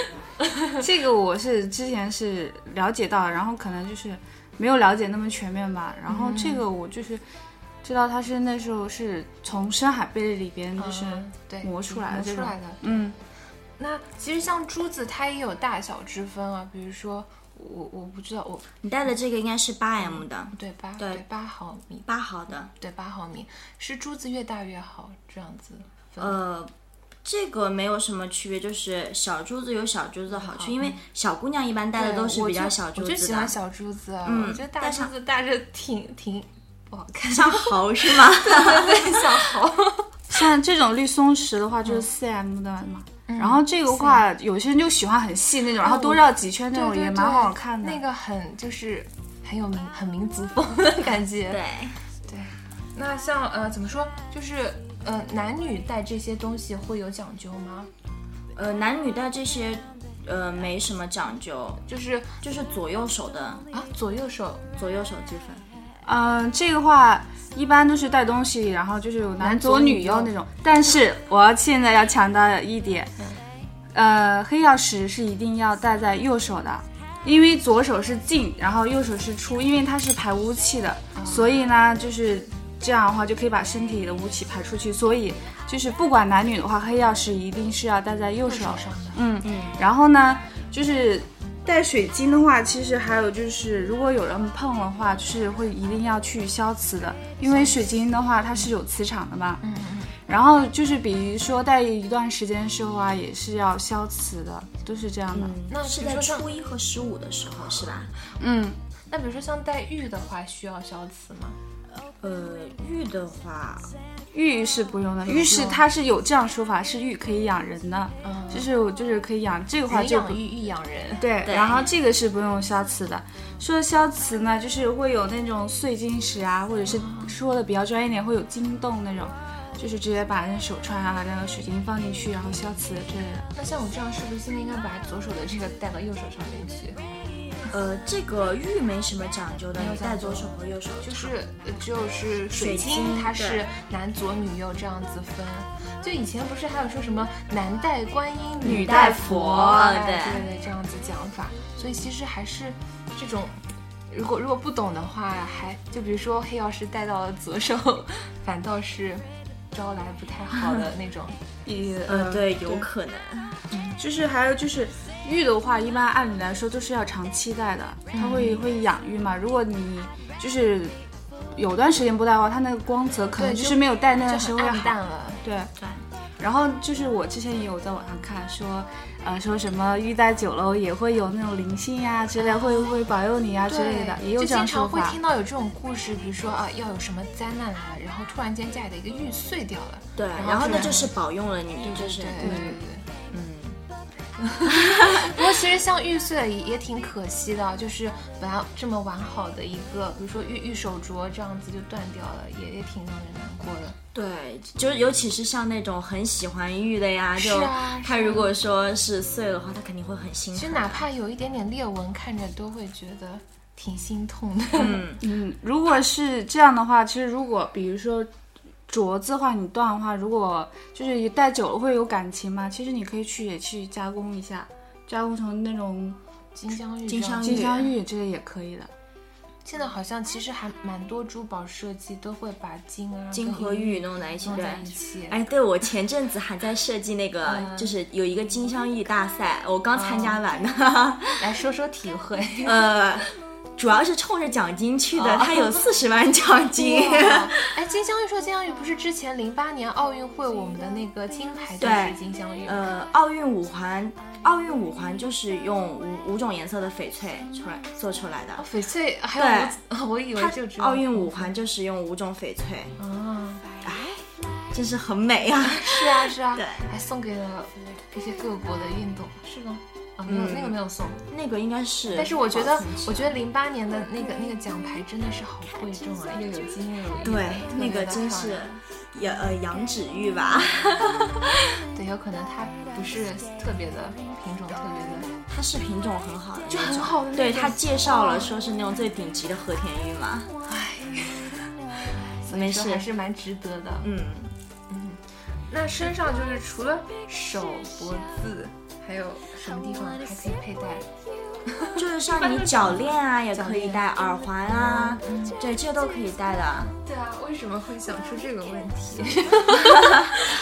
[SPEAKER 2] 这个我是之前是了解到，然后可能就是没有了解那么全面吧。然后这
[SPEAKER 1] 嗯
[SPEAKER 2] 个我就是知道它是那时候是从深海贝类里边就是
[SPEAKER 1] 嗯对
[SPEAKER 2] 磨出来的
[SPEAKER 1] 磨
[SPEAKER 2] 这
[SPEAKER 1] 出
[SPEAKER 2] 种
[SPEAKER 1] 来的。
[SPEAKER 2] 嗯
[SPEAKER 1] 那其实像珠子，它也有大小之分啊，比如说我我不知道我
[SPEAKER 3] 你戴的这个应该是八 M 的，
[SPEAKER 1] 对八
[SPEAKER 3] 对
[SPEAKER 1] 八毫米，
[SPEAKER 3] 八毫的，
[SPEAKER 1] 对八毫米是珠子越大越好这样子分。
[SPEAKER 3] 呃，这个没有什么区别，就是小珠子有小珠子的嗯好处，因为小姑娘一般戴的都是比较小珠
[SPEAKER 1] 我
[SPEAKER 3] 子
[SPEAKER 1] 就
[SPEAKER 3] 的，
[SPEAKER 1] 喜欢小珠子，啊
[SPEAKER 3] 嗯
[SPEAKER 1] 我觉得大
[SPEAKER 3] 戴
[SPEAKER 1] 珠
[SPEAKER 3] 上
[SPEAKER 1] 子戴着挺挺不好看，
[SPEAKER 3] 像猴是吗？
[SPEAKER 1] 对，小猴。
[SPEAKER 2] 像这种绿松石的话
[SPEAKER 1] 嗯
[SPEAKER 2] 就是四 M 的嘛。然后这个话，有些人就喜欢很细那种，然后多绕几圈那种
[SPEAKER 1] 哦对对
[SPEAKER 2] 也
[SPEAKER 1] 对
[SPEAKER 2] 蛮好看的。
[SPEAKER 1] 那个很就是很有民很民族风的感觉。
[SPEAKER 3] 对，
[SPEAKER 1] 那像呃怎么说，就是呃男女戴这些东西会有讲究吗？
[SPEAKER 3] 呃，男女戴这些，呃，没什么讲究，
[SPEAKER 1] 就是
[SPEAKER 3] 就是左右手的
[SPEAKER 1] 啊左右手
[SPEAKER 3] 左右手之分。
[SPEAKER 2] 嗯，这个话一般都是带东西，然后就是有男左女右嗯那种。但是我要现在要强调一点，呃，黑曜石是一定要戴在右手的，因为左手是进，然后右手是出，因为它是排污气的，所以呢，就是这样的话就可以把身体里的污气排出去。所以就是不管男女的话，黑曜石一定是要戴在右手。
[SPEAKER 1] 手上的，
[SPEAKER 2] 嗯，然后呢，就是带水晶的话，其实还有就是，如果有人碰的话，就是会一定要去消磁的，因为水晶的话它是有磁场的嘛。嗯然后就是比如说戴一段时间之后啊，也是要消磁的，都是这样的。
[SPEAKER 1] 那
[SPEAKER 3] 是
[SPEAKER 1] 比如
[SPEAKER 3] 在
[SPEAKER 1] 说像
[SPEAKER 3] 初一和十五的时候，是吧？
[SPEAKER 2] 嗯
[SPEAKER 1] 那比如说像戴玉的话，需要消磁吗？
[SPEAKER 3] 呃，玉的话，
[SPEAKER 2] 玉是不用的，玉是它是有这样说法，是玉可以养人的，
[SPEAKER 1] 嗯
[SPEAKER 2] 就是就是可以养这个话
[SPEAKER 1] 人
[SPEAKER 2] 就
[SPEAKER 1] 养玉，玉养人。
[SPEAKER 2] 对，
[SPEAKER 3] 对
[SPEAKER 2] 然后这个是不用消磁的。说消磁呢，就是会有那种碎晶石啊，或者是说的比较专业一点，会有晶洞那种，就是直接把那手串啊，那个水晶放进去，然后消磁之类的。
[SPEAKER 1] 那像我这样，是不是现在应该把左手的这个戴到右手上面去？
[SPEAKER 3] 呃，这个玉没什么讲究的，
[SPEAKER 1] 没有
[SPEAKER 3] 你戴
[SPEAKER 1] 讲究
[SPEAKER 3] 左手和右手
[SPEAKER 1] 就
[SPEAKER 3] 差不多
[SPEAKER 1] 是呃只有是水
[SPEAKER 3] 水
[SPEAKER 1] 晶，
[SPEAKER 3] 晶
[SPEAKER 1] 它
[SPEAKER 3] 对
[SPEAKER 1] 是男左女右这样子分。就以前不是还有说什么男戴观音，
[SPEAKER 3] 女
[SPEAKER 1] 戴
[SPEAKER 3] 戴佛
[SPEAKER 1] 哎
[SPEAKER 3] 对
[SPEAKER 1] 对对，这样子讲法。所以其实还是这种，如果如果不懂的话，还就比如说黑曜石戴到了左手， 反倒是招来不太好的那种。
[SPEAKER 2] 也
[SPEAKER 1] 嗯
[SPEAKER 3] 呃，对，有可能。
[SPEAKER 2] 就是还有就是玉的话，一般按理来说都是要长期戴的，它会、会养玉嘛。如果你就是有段时间不戴的话，它那个光泽可能
[SPEAKER 1] 对
[SPEAKER 2] 就是
[SPEAKER 1] 就
[SPEAKER 2] 没有戴那
[SPEAKER 1] 就
[SPEAKER 2] 段时
[SPEAKER 1] 很
[SPEAKER 2] 候要
[SPEAKER 1] 暗
[SPEAKER 2] 好
[SPEAKER 1] 淡。了，
[SPEAKER 2] 对，
[SPEAKER 3] 对，
[SPEAKER 2] 然后就是我之前也有在网上看说，呃，说什么玉戴久了也会有那种灵性呀、之类，会会保佑你啊之类的，
[SPEAKER 1] 对
[SPEAKER 2] 也
[SPEAKER 1] 就
[SPEAKER 2] 有这
[SPEAKER 1] 经
[SPEAKER 2] 样说
[SPEAKER 1] 常会
[SPEAKER 2] 法
[SPEAKER 1] 听。到有这种故事，比如说啊，要有什么灾难来了，然后突然间家里的一个玉碎掉了，
[SPEAKER 3] 对，
[SPEAKER 1] 然后
[SPEAKER 3] 然后那
[SPEAKER 1] 是
[SPEAKER 3] 就是保用了你，就
[SPEAKER 1] 对
[SPEAKER 3] 是
[SPEAKER 1] 对对
[SPEAKER 3] 嗯
[SPEAKER 1] 对。
[SPEAKER 3] 嗯，
[SPEAKER 1] 不过其实像玉碎也也挺可惜的，就是本来这么完好的一个，比如说玉玉手镯这样子就断掉了，也也挺让人难过的。
[SPEAKER 3] 对，就尤其是像那种很喜欢玉的呀，
[SPEAKER 1] 是
[SPEAKER 3] 就
[SPEAKER 1] 啊
[SPEAKER 3] 他
[SPEAKER 1] 是啊
[SPEAKER 3] 如果说是碎了的话，他肯定会很心
[SPEAKER 1] 其实
[SPEAKER 3] 疼。
[SPEAKER 1] 哪怕有一点点裂纹，看着都会觉得挺心痛的。
[SPEAKER 3] 嗯，
[SPEAKER 2] 嗯，如果是这样的话，其实如果比如说镯子的话，你断的话，如果就是戴久了会有感情嘛，其实你可以去也去加工一下，加工成那种
[SPEAKER 1] 金镶玉这
[SPEAKER 3] 金镶
[SPEAKER 1] 样，
[SPEAKER 3] 玉
[SPEAKER 2] 金镶玉之类也可以的。
[SPEAKER 1] 现在好像其实还蛮多珠宝设计都会把金啊、
[SPEAKER 3] 金和
[SPEAKER 1] 玉
[SPEAKER 3] 玉弄在一起，
[SPEAKER 1] 弄
[SPEAKER 3] 对
[SPEAKER 1] 在。一起。嗯
[SPEAKER 3] 哎，对，我前阵子还在设计那个，就是有一个金镶玉大赛，我刚参
[SPEAKER 1] 哦
[SPEAKER 3] 加完呢。
[SPEAKER 1] 来说说体会，
[SPEAKER 3] 呃，主要是冲着奖金去的，它有四十万奖 金。
[SPEAKER 1] 哦 哇哎，金镶玉说金镶玉不是之前零八年奥运会我们的那个金牌就是
[SPEAKER 3] 对
[SPEAKER 1] 金镶玉，
[SPEAKER 3] 呃，奥运五环，奥运五环就是用五五种颜色的翡翠出来做出来的。
[SPEAKER 1] 哦翡翠还有我，我 以为就只有
[SPEAKER 3] 奥运五环就是用五种翡翠，哎
[SPEAKER 1] 啊，
[SPEAKER 3] 真是很美呀、
[SPEAKER 1] 是啊是啊
[SPEAKER 3] 对，
[SPEAKER 1] 还送给了一些各国的运动，是吗？啊，没有、
[SPEAKER 3] 嗯
[SPEAKER 1] 那个没有送，
[SPEAKER 3] 那个应该是，
[SPEAKER 1] 但是我觉得，我
[SPEAKER 3] 得
[SPEAKER 1] 觉得零八年的那个那个奖牌真的是好贵重啊，又有金又有银，
[SPEAKER 3] 对
[SPEAKER 1] 特，别
[SPEAKER 3] 那个
[SPEAKER 1] 的
[SPEAKER 3] 真
[SPEAKER 1] 漂
[SPEAKER 3] 是
[SPEAKER 1] 亮，
[SPEAKER 3] 也呃羊脂玉吧，
[SPEAKER 1] 对，有可能它不是特别的品种，特别的
[SPEAKER 3] 它是品种很好的那种，
[SPEAKER 1] 就很好的那
[SPEAKER 3] 对，
[SPEAKER 1] 种
[SPEAKER 3] 它介绍了说是那种最顶级的和田玉嘛，
[SPEAKER 1] 所以
[SPEAKER 3] 没
[SPEAKER 1] 说
[SPEAKER 3] 事
[SPEAKER 1] 还是蛮值得的。
[SPEAKER 3] 嗯，
[SPEAKER 1] 那身上就是除了手、脖子，还有什么地方还可以佩戴？
[SPEAKER 3] 就是像你脚链啊，也可以
[SPEAKER 1] 链
[SPEAKER 3] 戴耳环啊，对，这都可以戴的。
[SPEAKER 1] 对啊，为什么会想出这个问题？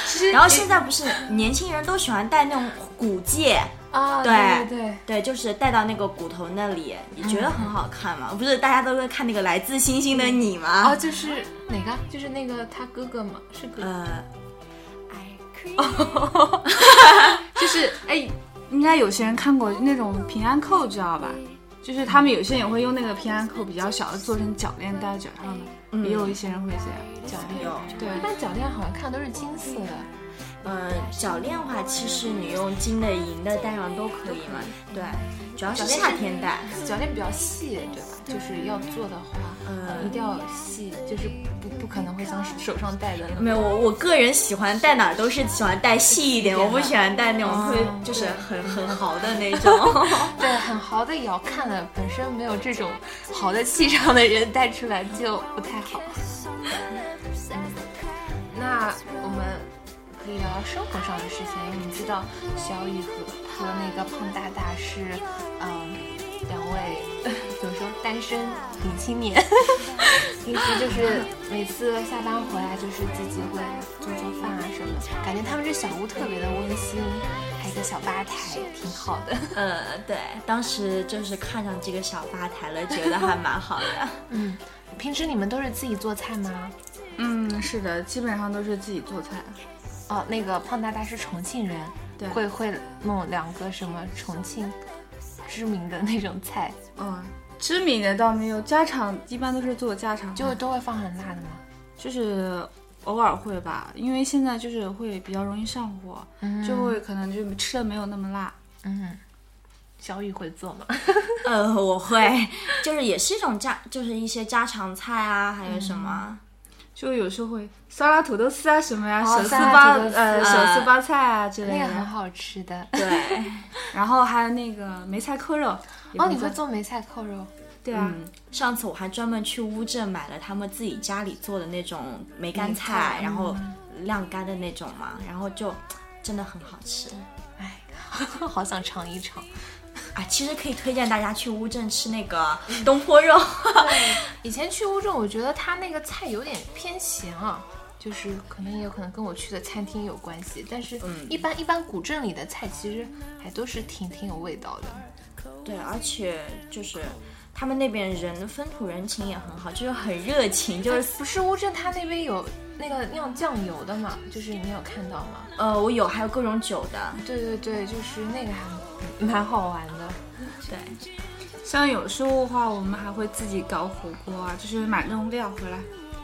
[SPEAKER 1] 其实
[SPEAKER 3] 然后现在不是年轻人都喜欢戴那种骨戒，
[SPEAKER 1] 啊，
[SPEAKER 3] 对
[SPEAKER 1] 对对
[SPEAKER 3] 对，就是戴到那个骨头那里，你觉得很好看吗？不是大家都会看那个《来自星星的你》
[SPEAKER 1] 啊，
[SPEAKER 3] 吗？
[SPEAKER 1] 就是哪个？就是那个他哥哥嘛，是哥，哥，
[SPEAKER 3] 呃，
[SPEAKER 1] 就是哎，
[SPEAKER 2] 应该有些人看过那种平安扣，知道吧？就是他们有些人也会用那个平安扣比较小的做成脚链戴在脚上的，
[SPEAKER 1] 嗯
[SPEAKER 2] 也有一些人会这样。
[SPEAKER 1] 脚链
[SPEAKER 3] 有，
[SPEAKER 1] 对，一般脚链好像看都是金色的，
[SPEAKER 3] 嗯，脚链的话，其实你用金的、银的戴上都可以嘛。对，主要是
[SPEAKER 1] 脚链
[SPEAKER 3] 夏天戴。
[SPEAKER 1] 脚链比较细，对吧？就是要做的话，
[SPEAKER 3] 嗯
[SPEAKER 1] 一定要细，就是不不可能会像手上戴的那种
[SPEAKER 3] 没有，我我个人喜欢戴哪儿都是喜欢戴细一点，
[SPEAKER 1] 细一
[SPEAKER 3] 我
[SPEAKER 1] 点的
[SPEAKER 3] 不喜欢戴那种特别
[SPEAKER 1] 哦
[SPEAKER 3] 就是很很豪的那种。
[SPEAKER 1] 对，很豪的也要看了，本身没有这种豪的气场的人带出来就不太好。那我们可以聊聊生活上的事情，因为你知道小雨和和那个胖大大是，嗯，两位 怎么说单身女青年，平时就是每次下班回来就是自己会做做饭啊什么的，感觉他们这小屋特别的温馨，还有一个小吧台，挺好的。
[SPEAKER 3] 呃，对，当时就是看上这个小吧台了，觉得还蛮好的。
[SPEAKER 1] 嗯，平时你们都是自己做菜吗？
[SPEAKER 2] 嗯，是的，基本上都是自己做菜。
[SPEAKER 1] 哦，那个胖大大是重庆人，
[SPEAKER 2] 对
[SPEAKER 1] 会会弄两个什么重庆知名的那种菜，
[SPEAKER 2] 嗯，知名的倒没有，家常一般都是做家常饭，
[SPEAKER 1] 就都会放很辣的吗？
[SPEAKER 2] 就是偶尔会吧，因为现在就是会比较容易上火，就会可能就吃的没有那么辣。
[SPEAKER 1] 嗯，小雨会做吗？
[SPEAKER 3] 呃，我会，就是也是一种家，就是一些家常菜啊，还有什么，
[SPEAKER 2] 就有时候会酸辣土豆丝啊什么呀，
[SPEAKER 1] 哦
[SPEAKER 2] 手撕
[SPEAKER 1] 酸辣
[SPEAKER 2] 八
[SPEAKER 1] 土豆丝
[SPEAKER 3] 啊
[SPEAKER 2] 呃手撕八菜啊之
[SPEAKER 1] 那
[SPEAKER 2] 类
[SPEAKER 1] 个很
[SPEAKER 2] 的，
[SPEAKER 1] 好吃的。
[SPEAKER 3] 对，
[SPEAKER 2] 然后还有那个梅菜扣肉。也
[SPEAKER 1] 哦，你会
[SPEAKER 2] 做？
[SPEAKER 1] 做梅菜扣肉？
[SPEAKER 2] 对啊，
[SPEAKER 3] 上次我还专门去乌镇买了他们自己家里做的那种梅干菜，然后晾干的那种嘛，然后就真的很好吃
[SPEAKER 1] 哎， 好想尝一尝。
[SPEAKER 3] 啊。其实可以推荐大家去乌镇吃那个 东坡肉，
[SPEAKER 1] 以前去乌镇，我觉得它那个菜有点偏咸啊，就是可能也有可能跟我去的餐厅有关系，但是一般、一般古镇里的菜其实还都是挺挺有味道的。
[SPEAKER 3] 对，而且就是他们那边人风土人情也很好，就是很热情，就
[SPEAKER 1] 就是 是不是乌镇它那边有那个酿酱油的嘛？就是你有看到吗？
[SPEAKER 3] 呃，我有还有各种酒的，
[SPEAKER 1] 对对对，就是那个还蛮好玩的。
[SPEAKER 3] 对，
[SPEAKER 2] 像有时候的话，我们还会自己搞火锅啊，就是买那种料回来。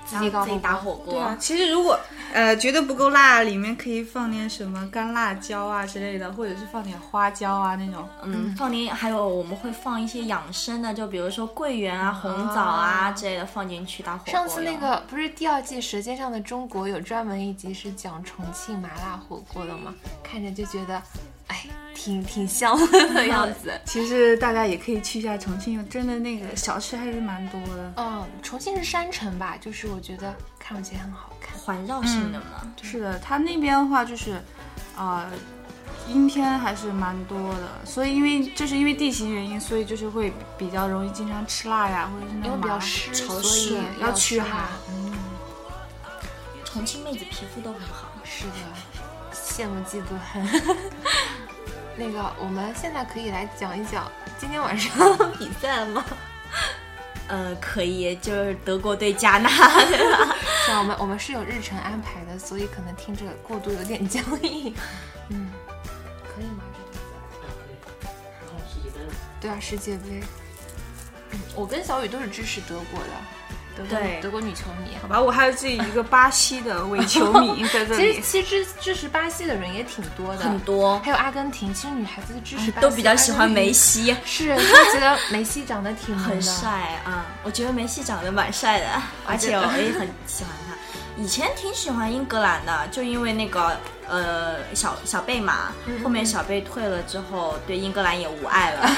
[SPEAKER 1] 自己搞
[SPEAKER 3] 自己打火锅，
[SPEAKER 2] 对啊，其实如果呃觉得不够辣，里面可以放点什么干辣椒啊之类的，或者是放点花椒啊那种。
[SPEAKER 3] 嗯，放点，还有我们会放一些养生的，就比如说桂圆啊、红枣啊之类的放进去打火锅用。
[SPEAKER 1] 上次那个不是第二季《舌尖上的中国》有专门一集是讲重庆麻辣火锅的吗？看着就觉得，哎，挺挺香的 样子。
[SPEAKER 2] 其实大家也可以去一下重庆，真的那个小吃还是蛮多的。
[SPEAKER 1] 嗯，重庆是山城吧？就是我觉得看上去很好看。
[SPEAKER 3] 环绕性的嘛，
[SPEAKER 2] 是的，它那边的话就是，呃，阴天还是蛮多的，所以因为就是因为地形原因，所以就是会比较容易经常吃辣呀，或者是那
[SPEAKER 1] 因为
[SPEAKER 2] 种
[SPEAKER 1] 比较
[SPEAKER 2] 麻
[SPEAKER 1] 湿，
[SPEAKER 3] 潮
[SPEAKER 1] 所
[SPEAKER 3] 湿
[SPEAKER 1] 以
[SPEAKER 2] 要
[SPEAKER 1] 驱
[SPEAKER 2] 驱
[SPEAKER 1] 寒
[SPEAKER 2] 寒。
[SPEAKER 3] 重庆妹子皮肤都很好，
[SPEAKER 1] 是的，羡慕嫉妒恨。 那个，我们现在可以来讲一讲今天晚上
[SPEAKER 3] 比赛了吗？呃，可以，就是德国对加纳，
[SPEAKER 1] 是啊，我们我们是有日程安排的，所以可能听着过度有点僵硬。嗯，可以吗？对啊，世界杯。嗯我跟小雨都是支持德国的，德国
[SPEAKER 3] 对
[SPEAKER 1] 德国女球迷。
[SPEAKER 2] 好吧，我还有自己一个巴西的伪球迷 在这
[SPEAKER 1] 其
[SPEAKER 2] 里
[SPEAKER 1] 实，其实支支持巴西的人也挺多嗯的
[SPEAKER 3] 很，多
[SPEAKER 1] 还有阿根廷。其实女孩子支持巴西
[SPEAKER 3] 都比较喜欢梅
[SPEAKER 1] 西，
[SPEAKER 3] 西，
[SPEAKER 1] 是就觉得梅西长得挺萌的
[SPEAKER 3] 很，帅啊、我觉得梅西长得蛮帅的，而且我也很喜欢他。以前挺喜欢英格兰的，就因为那个呃小小贝嘛，后面小贝退了之后，对英格兰也无爱了。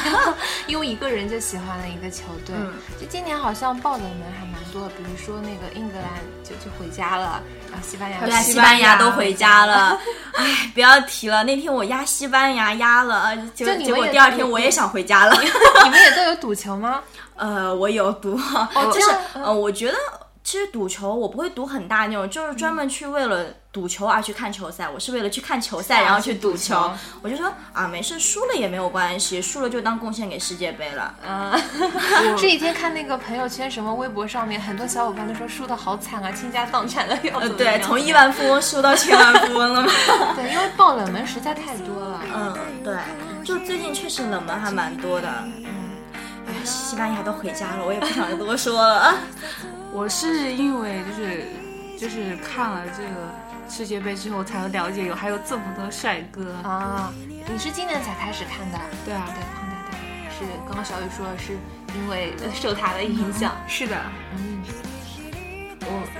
[SPEAKER 1] 因为一个人就喜欢了一个球队。
[SPEAKER 3] 嗯
[SPEAKER 1] 就今年好像爆冷门还蛮多的，比如说那个英格兰就就回家了，然后西班牙
[SPEAKER 3] 对啊，
[SPEAKER 2] 西
[SPEAKER 3] 西
[SPEAKER 2] 班
[SPEAKER 3] 班牙
[SPEAKER 2] 牙
[SPEAKER 3] 都回家 了，哎，不要提了。那天我压西班牙压了，结
[SPEAKER 1] 就
[SPEAKER 3] 果
[SPEAKER 1] 你们
[SPEAKER 3] 结果
[SPEAKER 1] 也
[SPEAKER 3] 第二天我也想回家了。
[SPEAKER 1] 你们也都有赌球吗？
[SPEAKER 3] 呃，我有赌， 就
[SPEAKER 1] 这
[SPEAKER 3] 是
[SPEAKER 1] 样
[SPEAKER 3] 呃，我觉得其实赌球我不会赌很大那种，就是专门去为了赌球而去看球赛，我是为了去看球赛然后去赌
[SPEAKER 1] 去赌
[SPEAKER 3] 球
[SPEAKER 1] 球。
[SPEAKER 3] 我就说啊，没事，输了也没有关系，输了就当贡献给世界杯了。
[SPEAKER 1] 啊，这几天看那个朋友圈、什么微博上面，很多小伙伴都说输的好惨啊，倾家荡产了要
[SPEAKER 3] 呃，
[SPEAKER 1] 怎么
[SPEAKER 3] 对，
[SPEAKER 1] 样
[SPEAKER 3] 从亿万富翁输到千万富翁了嘛。
[SPEAKER 1] 对，因为爆冷门实在太多了。
[SPEAKER 3] 嗯，对，就最近确实冷门还蛮多的。嗯，哎，西班牙都回家了，我也不想多说了。
[SPEAKER 2] 我是因为就是就是看了这个世界杯之后才了解有还有这么多帅哥，
[SPEAKER 1] 啊，你是今年才开始看的？
[SPEAKER 2] 对啊
[SPEAKER 1] 对，胖大大是刚刚小雨说的是因为呃受他的影响。
[SPEAKER 2] 是的，
[SPEAKER 1] 嗯，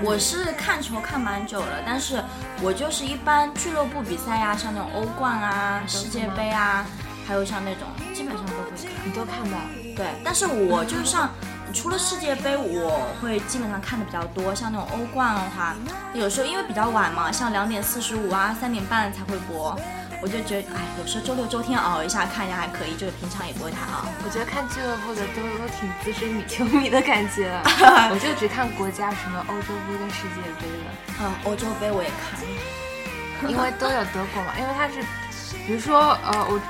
[SPEAKER 3] 我是看球看蛮久了，但是我就是一般俱乐部比赛呀、像那种欧冠啊、世界杯啊，还有像那种基本上都会看。
[SPEAKER 1] 你都看吧。
[SPEAKER 3] 对，但是我就是像除了世界杯，我会基本上看的比较多，像那种欧冠的话，有时候因为比较晚嘛，像两点四十五啊、三点半才会播，我就觉得哎，有时候周六周天熬一下看一下还可以，就是平常也不会太熬。
[SPEAKER 1] 我觉得看俱乐部的都都挺资深女球迷的感 觉，我就只看国家什么欧洲杯跟世界杯了，
[SPEAKER 3] 嗯，欧洲杯我也看。
[SPEAKER 1] 因为都有德国嘛，因为他是，比如说呃，我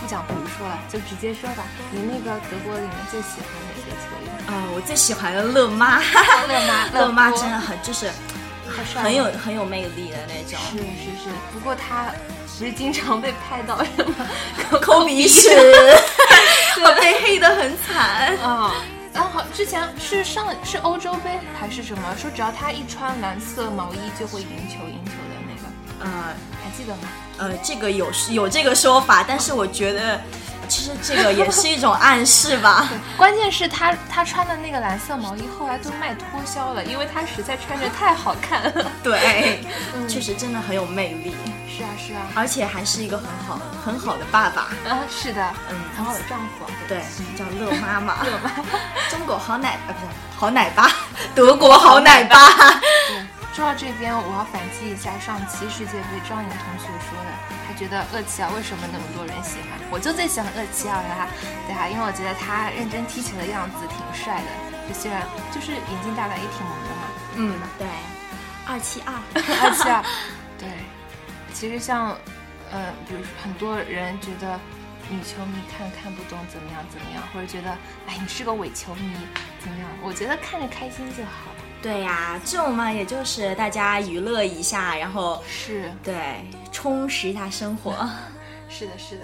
[SPEAKER 1] 不讲比如说了，就直接说吧，你那个德国里面最喜欢哪个球员？
[SPEAKER 3] 呃，我最喜欢的 乐妈，
[SPEAKER 1] 乐妈，
[SPEAKER 3] 乐妈真
[SPEAKER 1] 波
[SPEAKER 3] 的很就是
[SPEAKER 1] 太帅了
[SPEAKER 3] 很有很有魅力的那种。
[SPEAKER 1] 是是是，不过他不是经常被拍到 什么
[SPEAKER 3] 抠鼻 屎，被黑的很惨。
[SPEAKER 1] 啊。然后之前是上是欧洲杯还是什么？说只要他一穿蓝色毛衣就会赢球，赢球的那个，
[SPEAKER 3] 呃
[SPEAKER 1] 还记得吗？
[SPEAKER 3] 呃，这个有有这个说法，但是我觉得其实这个也是一种暗示 吧。
[SPEAKER 1] 关键是他他穿的那个蓝色毛衣后来都卖脱销了，因为他实在穿着太好看了。
[SPEAKER 3] 对， 确实真的很有魅力，
[SPEAKER 1] 是啊是啊，
[SPEAKER 3] 而且还是一个很好很好的爸爸。
[SPEAKER 1] 啊是的，
[SPEAKER 3] 嗯
[SPEAKER 1] 很好的丈夫啊。
[SPEAKER 3] 对，叫乐妈妈， 乐妈，中国好奶啊，不是好奶 爸，德国好奶爸。
[SPEAKER 1] 对，说到这边，我要反击一下上期世界杯张颖同学说的，他觉得厄齐尔为什么那么多人喜欢？我就最喜欢厄齐尔啦，对啊，因为我觉得他认真踢球的样子挺帅的，就虽然就是眼睛大大也挺萌的嘛。
[SPEAKER 3] 嗯，对，二七二。
[SPEAKER 1] 而且， 对，其实像，嗯、比如说很多人觉得女球迷看看不懂怎么样怎么样，或者觉得哎你是个伪球迷怎么样？我觉得看着开心就好。
[SPEAKER 3] 对呀、这种嘛，也就是大家娱乐一下，然后
[SPEAKER 1] 是
[SPEAKER 3] 对，充实一下生活。
[SPEAKER 1] 是的，是的，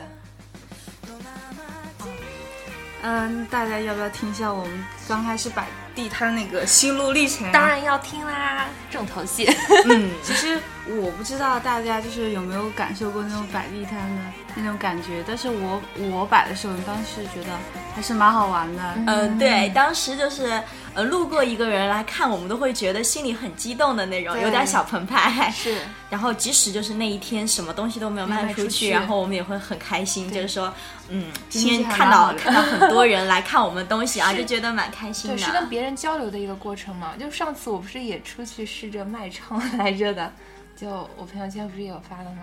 [SPEAKER 2] 嗯，大家要不要听一下我们刚开始摆地摊那个心路历程？
[SPEAKER 1] 当然要听啦，重头戏。
[SPEAKER 3] 嗯，
[SPEAKER 2] 其实我不知道大家就是有没有感受过那种摆地摊的那种感觉，但是我我摆的时候，当时觉得还是蛮好玩的。
[SPEAKER 3] 呃，对，当时就是呃，路过一个人来看，我们都会觉得心里很激动的那种，
[SPEAKER 1] 对
[SPEAKER 3] 有点小澎湃。
[SPEAKER 1] 是，
[SPEAKER 3] 然后即使就是那一天什么东西都没有卖
[SPEAKER 1] 卖出
[SPEAKER 3] 出
[SPEAKER 1] 去
[SPEAKER 3] 去，然后我们也会很开心，就是说，嗯，今
[SPEAKER 2] 情
[SPEAKER 3] 天
[SPEAKER 2] 还
[SPEAKER 3] 看
[SPEAKER 2] 蛮
[SPEAKER 3] 到
[SPEAKER 2] 好的
[SPEAKER 3] 看到很多人来看我们东西啊，就觉得蛮开心
[SPEAKER 1] 对，
[SPEAKER 3] 的。
[SPEAKER 1] 是跟别人交流的一个过程嘛。就上次我不是也出去试着卖唱来着的，就我朋友圈不是也有发了吗？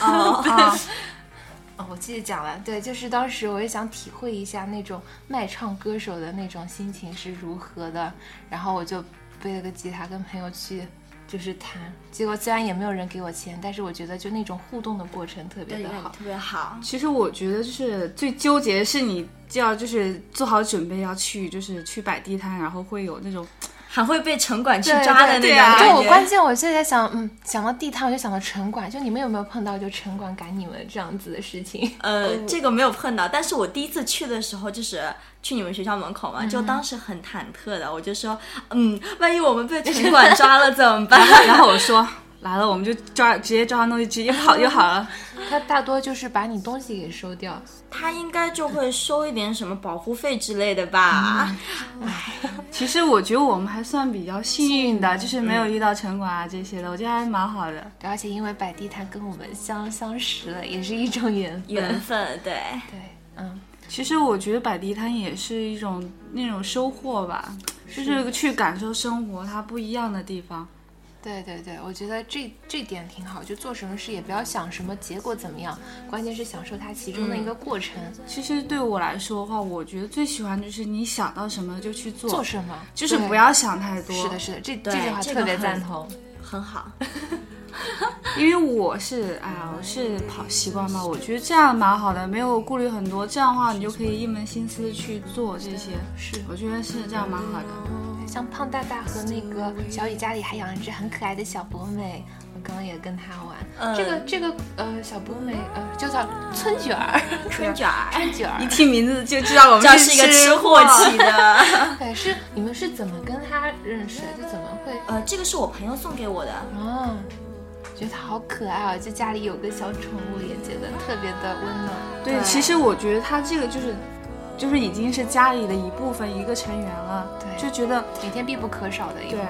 [SPEAKER 3] 哦，
[SPEAKER 2] 啊，
[SPEAKER 1] 哦，我继续讲完。对，就是当时我也想体会一下那种卖唱歌手的那种心情是如何的，然后我就背了个吉他跟朋友去。就是弹，结果虽然也没有人给我钱，但是我觉得就那种互动的过程特别
[SPEAKER 3] 对，
[SPEAKER 1] 的好。
[SPEAKER 3] 特别好。
[SPEAKER 2] 其实我觉得就是最纠结的是你就要就是做好准备要去就是去摆地摊，然后会有那种
[SPEAKER 3] 还会被城管去
[SPEAKER 1] 对
[SPEAKER 3] 抓的那种
[SPEAKER 1] 对啊
[SPEAKER 3] 感
[SPEAKER 1] 对
[SPEAKER 3] 觉。
[SPEAKER 1] 我关键我就在想，嗯，想到地摊我就想到城管，就你们有没有碰到就城管赶你们这样子的事情？
[SPEAKER 3] 呃，这个没有碰到，但是我第一次去的时候，就是去你们学校门口嘛，就当时很忐忑的，我就说，嗯，万一我们被城管抓了怎么办？
[SPEAKER 2] 然后我 说来了，我们就抓直接抓上东西直接跑就好 了。
[SPEAKER 1] 他大多就是把你东西给收掉。
[SPEAKER 3] 他应该就会收一点什么保护费之类的吧？
[SPEAKER 2] 其实我觉得我们还算比较幸运的，就是没有遇到城管啊这些的，我觉得还蛮好的。
[SPEAKER 1] 对而且因为摆地摊跟我们相相识了，也是一种缘分。
[SPEAKER 3] 缘分，对，
[SPEAKER 1] 对，嗯，
[SPEAKER 2] 其实我觉得摆地摊也是一种那种收获吧，就是去感受生活它不一样的地方。
[SPEAKER 1] 对对对，我觉得这这点挺好，就做什么事也不要想什么结果怎么样，关键是享受它其中
[SPEAKER 3] 嗯
[SPEAKER 1] 的一个过程。
[SPEAKER 2] 其实对我来说的话，我觉得最喜欢就是你想到什么就去做，
[SPEAKER 1] 做什么
[SPEAKER 2] 就是
[SPEAKER 1] 对
[SPEAKER 2] 不要想太多。
[SPEAKER 1] 是的，是的，这这句话
[SPEAKER 3] 这
[SPEAKER 1] 特
[SPEAKER 3] 个
[SPEAKER 1] 别
[SPEAKER 3] 很
[SPEAKER 1] 赞同。
[SPEAKER 3] 很好。
[SPEAKER 2] 因为我是哎呀，我是跑习惯嘛，我觉得这样蛮好的，没有顾虑很多，这样的话你就可以一门心思去做这些。
[SPEAKER 1] 是
[SPEAKER 2] 我觉得是这样蛮好的。
[SPEAKER 1] 像胖大大和那个小雨家里还养了一只很可爱的小博美，我刚刚也跟它玩。
[SPEAKER 3] 嗯
[SPEAKER 1] 这个这个呃小博美呃就叫春卷儿，
[SPEAKER 3] 春卷儿
[SPEAKER 1] 春卷儿
[SPEAKER 2] 一。听名字就知道我
[SPEAKER 3] 这
[SPEAKER 2] 们
[SPEAKER 3] 是一个吃货起的。
[SPEAKER 1] 对，是你们是怎么跟它认识的？就怎么会？
[SPEAKER 3] 呃，这个是我朋友送给我的，
[SPEAKER 1] 哦，觉得它好可爱啊！就家里有个小宠物，也觉得特别的温暖。
[SPEAKER 2] 对，其实我觉得他这个就是，就是已经是家里的一部分一个成员了，
[SPEAKER 1] 对
[SPEAKER 2] 就觉得
[SPEAKER 1] 每天必不可少的一部分。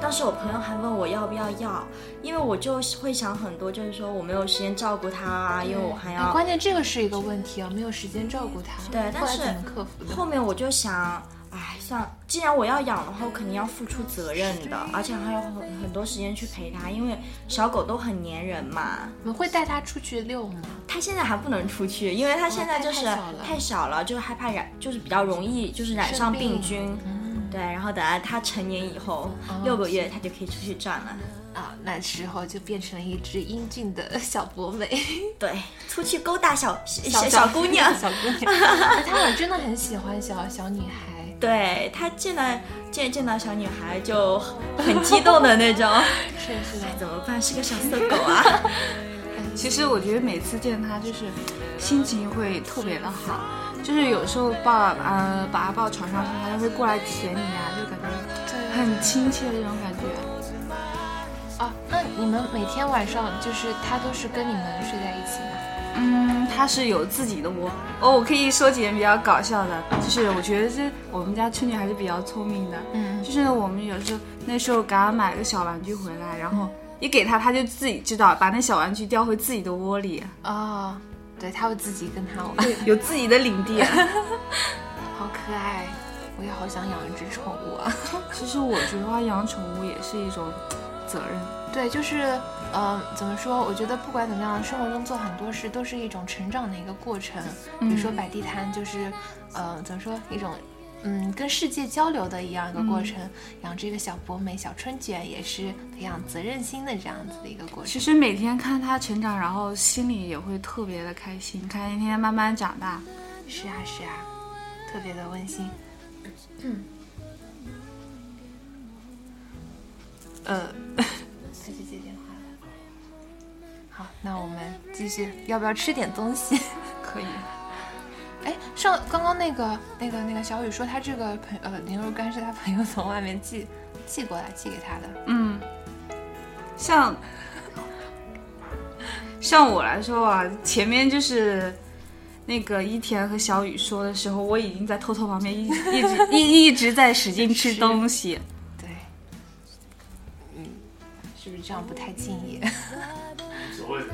[SPEAKER 3] 当时我朋友还问我要不要要，因为我就会想很多，就是说我没有时间照顾它啊，因为我还
[SPEAKER 1] 哎
[SPEAKER 3] 要
[SPEAKER 1] 关键这个是一个问题啊，没有时间照顾它。
[SPEAKER 3] 对但
[SPEAKER 1] 后来
[SPEAKER 3] 是
[SPEAKER 1] 怎么克服的？
[SPEAKER 3] 后面我就想，哎，算了，既然我要养的话，我肯定要付出责任的，而且还有很很多时间去陪它，因为小狗都很粘人嘛。
[SPEAKER 1] 你们会带它出去遛吗？
[SPEAKER 3] 它现在还不能出去，因为它现在就是
[SPEAKER 1] 太小了
[SPEAKER 3] 太小了，就是害怕染，就是比较容易就是染上
[SPEAKER 1] 生病
[SPEAKER 3] 病菌。对，然后等到它成年以后，六个月它就可以出去转了。
[SPEAKER 1] 啊，那时候就变成了一只英俊的小博美，
[SPEAKER 3] 对，出去勾搭小小
[SPEAKER 1] 小
[SPEAKER 3] 小姑娘
[SPEAKER 1] 。小姑
[SPEAKER 2] 啊
[SPEAKER 1] 娘。哎他好像真的很喜欢小小女孩，
[SPEAKER 3] 对他见到见见到小女孩就很激动的那 种，
[SPEAKER 1] 是是的。
[SPEAKER 3] 怎么办？是个小色狗啊！
[SPEAKER 2] 其实我觉得每次见他就是心情会特别的好，就是有时候抱呃把他抱床上去，他就会过来舔你啊，就感
[SPEAKER 3] 哎
[SPEAKER 2] 觉
[SPEAKER 1] 对
[SPEAKER 2] 很亲切的这种感觉。
[SPEAKER 1] 啊，那你们每天晚上就是他都是跟你们睡在一起吗？
[SPEAKER 2] 嗯，他是有自己的窝哦。我可以说几件比较搞笑的，就是我觉得这我们家春女还是比较聪明的，
[SPEAKER 1] 嗯，
[SPEAKER 2] 就是我们有时候那时候给他买个小玩具回来，然后一给他，他就自己知道把那小玩具叼回自己的窝里，
[SPEAKER 1] 哦，对，他会自己跟他玩，
[SPEAKER 2] 有自己的领地。
[SPEAKER 1] 好可爱。我也好想养一只宠物啊。
[SPEAKER 2] 其实我觉得养宠物也是一种责任。
[SPEAKER 1] 对，就是，嗯、怎么说？我觉得不管怎么样，生活中做很多事都是一种成长的一个过程。比如说摆地摊，就是，呃，怎么说一种，嗯，跟世界交流的一样一个过程。养这个小博美、小春卷也是培养责任心的这样子的一个过程。
[SPEAKER 2] 其实每天看它成长，然后心里也会特别的开心，看一天慢慢长大。
[SPEAKER 1] 是啊，是啊，特别的温馨。嗯呃， 他去接电话了。好，那我们继续，要不要吃点东西？
[SPEAKER 2] 可以，
[SPEAKER 1] 哎，上刚刚那个那个那个小雨说他这个朋呃牛肉干是他朋友从外面寄寄过来寄给他的，
[SPEAKER 2] 嗯，像像我来说啊，前面就是。那个伊田和小雨说的时候，我已经在偷偷旁边一一直一一直在使劲吃东西。
[SPEAKER 1] 对，嗯，是不是这样不太敬业？
[SPEAKER 5] 无所谓的。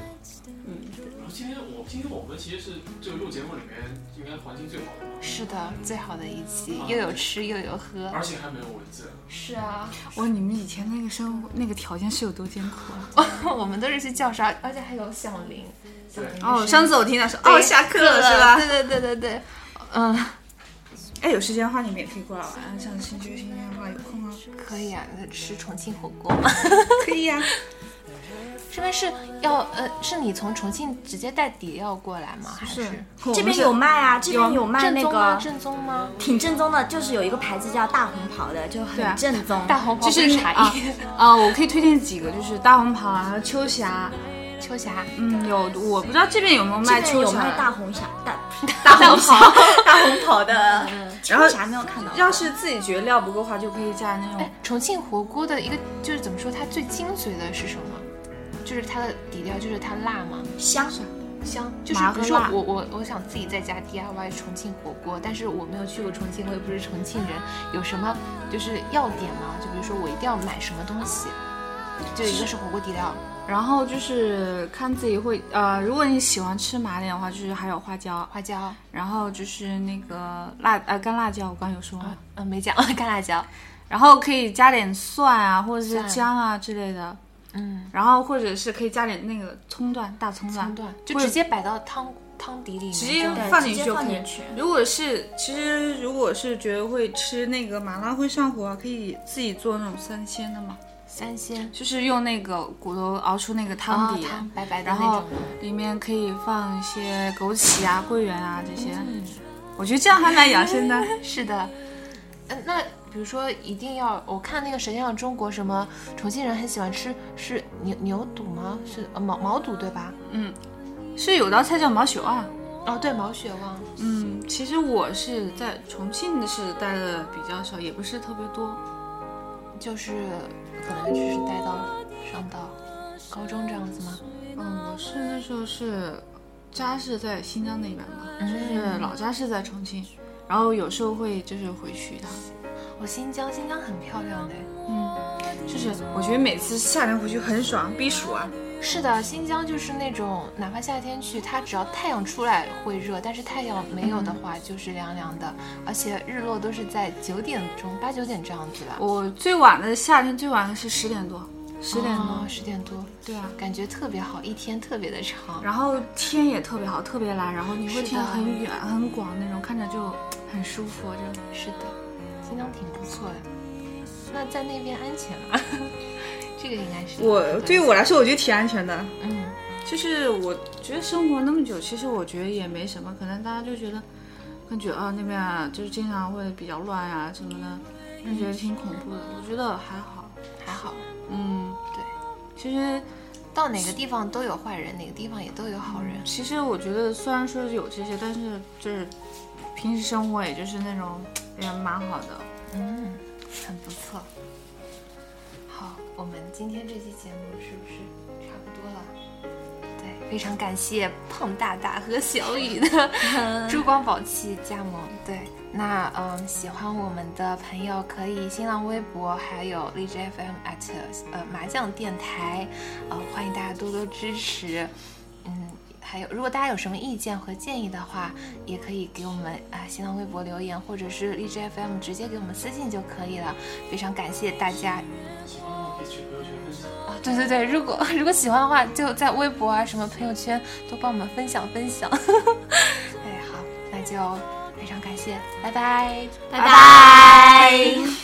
[SPEAKER 5] 今天我今天我们其实是这个录节目里面应该环境最好的嘛，
[SPEAKER 1] 是的，最好的一期，又有吃又有喝。
[SPEAKER 5] 而且还没有蚊子。
[SPEAKER 1] 是啊，
[SPEAKER 2] 哇，你们以前那个生活那个条件是有多艰苦啊！
[SPEAKER 1] 我们都是去教室，而且还有响铃。响
[SPEAKER 2] 啊
[SPEAKER 1] 铃的声音
[SPEAKER 2] 哦次我听到说
[SPEAKER 1] 对对对对对对，嗯，
[SPEAKER 2] 哎，有时间的话你们也可以过来玩。上次去新疆的话，有空吗？
[SPEAKER 1] 可以啊，那吃重庆火锅嘛。
[SPEAKER 2] 可以呀、
[SPEAKER 1] 这边 是要呃，是你从重庆直接带底料过来吗？还是
[SPEAKER 3] 这边有卖啊，这边有卖
[SPEAKER 1] 正
[SPEAKER 3] 那
[SPEAKER 1] 宗吗？
[SPEAKER 3] 个
[SPEAKER 1] 正宗吗？
[SPEAKER 3] 挺正宗的，就是有一个牌子叫大红袍的，就
[SPEAKER 2] 对啊
[SPEAKER 3] 很正宗。
[SPEAKER 1] 大红袍
[SPEAKER 2] 就是
[SPEAKER 1] 不
[SPEAKER 2] 你
[SPEAKER 1] 茶
[SPEAKER 2] 啊
[SPEAKER 1] 叶，
[SPEAKER 2] 啊，我可以推荐几个，就是大红袍啊、秋霞，
[SPEAKER 1] 秋霞，
[SPEAKER 2] 嗯，有我不知道这边有没有
[SPEAKER 3] 这
[SPEAKER 2] 卖
[SPEAKER 3] 边
[SPEAKER 2] 秋
[SPEAKER 3] 有
[SPEAKER 2] 霞，
[SPEAKER 3] 卖大红霞大
[SPEAKER 2] 大红袍。
[SPEAKER 3] 大红袍的，
[SPEAKER 2] 然后
[SPEAKER 3] 秋霞没有看到过。
[SPEAKER 2] 要是自己觉得料不够的话，就可以加那
[SPEAKER 1] 哎
[SPEAKER 2] 种，
[SPEAKER 1] 重庆火锅的一个就是怎么说，它最精髓的是什么？就是它的底料，就是它辣吗？
[SPEAKER 3] 香，
[SPEAKER 1] 香，就是
[SPEAKER 2] 麻
[SPEAKER 1] 比
[SPEAKER 2] 和
[SPEAKER 1] 如说
[SPEAKER 2] 辣
[SPEAKER 1] 我我我想自己在家 DIY 重庆火锅，但是我没有去过重庆，我也不是重庆人，有什么就是要点吗？就比如说我一定要买什么东西，就一个是火锅底料，
[SPEAKER 2] 然后就是看自己会呃，如果你喜欢吃麻点的话，就是还有花椒，
[SPEAKER 1] 花椒，
[SPEAKER 2] 然后就是那个辣呃干辣椒，我刚有说吗？
[SPEAKER 1] 嗯，没讲 干辣椒，
[SPEAKER 2] 然后可以加点蒜啊，或者是
[SPEAKER 1] 蒜
[SPEAKER 2] 姜啊之类的，
[SPEAKER 1] 嗯，
[SPEAKER 2] 然后或者是可以加点那个葱段，大葱段，
[SPEAKER 1] 葱段，就
[SPEAKER 2] 或者
[SPEAKER 1] 直接摆到汤汤底里面，
[SPEAKER 2] 直接
[SPEAKER 1] 这样
[SPEAKER 2] 放
[SPEAKER 3] 直
[SPEAKER 2] 进去
[SPEAKER 3] 接
[SPEAKER 2] 就
[SPEAKER 3] 放
[SPEAKER 2] 可以
[SPEAKER 3] 进去。
[SPEAKER 2] 如果是其实如果是觉得会吃那个麻辣会上火啊，可以自己做那种三鲜的嘛，
[SPEAKER 1] 三鲜
[SPEAKER 2] 就是用那个骨头熬出那个汤
[SPEAKER 1] 汤
[SPEAKER 2] 底，
[SPEAKER 1] 啊汤白白的
[SPEAKER 2] 然
[SPEAKER 1] 那
[SPEAKER 2] 后
[SPEAKER 1] 种，
[SPEAKER 2] 里面可以放一些枸杞啊、桂圆啊这些，
[SPEAKER 1] 嗯
[SPEAKER 2] 我觉得这样还蛮养 生的。
[SPEAKER 1] 是的，嗯，那比如说一定要，我看那个《舌尖上的中国》，什么重庆人很喜欢吃是牛牛肚吗？是呃毛毛肚对吧？
[SPEAKER 2] 是有道菜叫毛血旺，
[SPEAKER 1] 哦，对，毛血旺。
[SPEAKER 2] 嗯，其实我是在重庆的是待的比较少，也不是特别多。
[SPEAKER 1] 就是可能就是待到上到高中这样子吗？
[SPEAKER 2] 嗯，我是那时候是家是在新疆那边嘛，就是
[SPEAKER 1] 嗯
[SPEAKER 2] 老家是在重庆，然后有时候会就是回去一趟。
[SPEAKER 1] 我新疆，新疆很漂亮的。
[SPEAKER 2] 嗯，就是我觉得每次夏天回去很爽，避暑啊。
[SPEAKER 1] 是的，新疆就是那种哪怕夏天去，它只要太阳出来会热，但是太阳没有的话就是凉凉的，而且日落都是在九点钟、八九点这样子吧。
[SPEAKER 2] 我最晚的夏天最晚的是十点多，十点多。
[SPEAKER 1] 哦，十点多，
[SPEAKER 2] 对啊，
[SPEAKER 1] 感觉特别好，一天特别的长。
[SPEAKER 2] 然后天也特别好，特别蓝，然后你会
[SPEAKER 1] 是的
[SPEAKER 2] 听得很远很广那种，看着就很舒服啊，这种。
[SPEAKER 1] 是的，新疆挺不错的。那在那边安全吗？ 这个应该是
[SPEAKER 2] 对于我来说，我觉得挺安全的。
[SPEAKER 1] 嗯，
[SPEAKER 2] 就是我觉得生活那么久，其实我觉得也没什么，可能大家就觉得，感觉啊那边啊就是经常会比较乱啊什么的，就觉得挺恐怖的。我觉得还好，
[SPEAKER 1] 还好。
[SPEAKER 2] 嗯，
[SPEAKER 1] 对，
[SPEAKER 2] 其实
[SPEAKER 1] 到哪个地方都有坏人，哪个地方也都有好人。
[SPEAKER 2] 其实我觉得虽然说有这些，但是就是平时生活也就是那种也蛮好的。
[SPEAKER 1] 嗯，很不错。好，我们今天这期节目是不是差不多了？对，非常感谢胖大大和小雨的 珠光宝气加盟。对，那嗯，喜欢我们的朋友可以新浪微博还有荔枝 FM at 呃麻将电台，呃，欢迎大家多多支持。嗯，还有，如果大家有什么意见和建议的话，也可以给我们啊新浪微博留言，或者是荔枝 FM 直接给我们私信就可以了。非常感谢大家
[SPEAKER 5] 喜欢的话可以去朋友圈分享。
[SPEAKER 1] 啊！对对对，如果 如果喜欢的话，就在微博啊什么朋友圈都帮我们分享 分享。哎，好，那就非常感谢，拜拜。
[SPEAKER 3] 拜拜。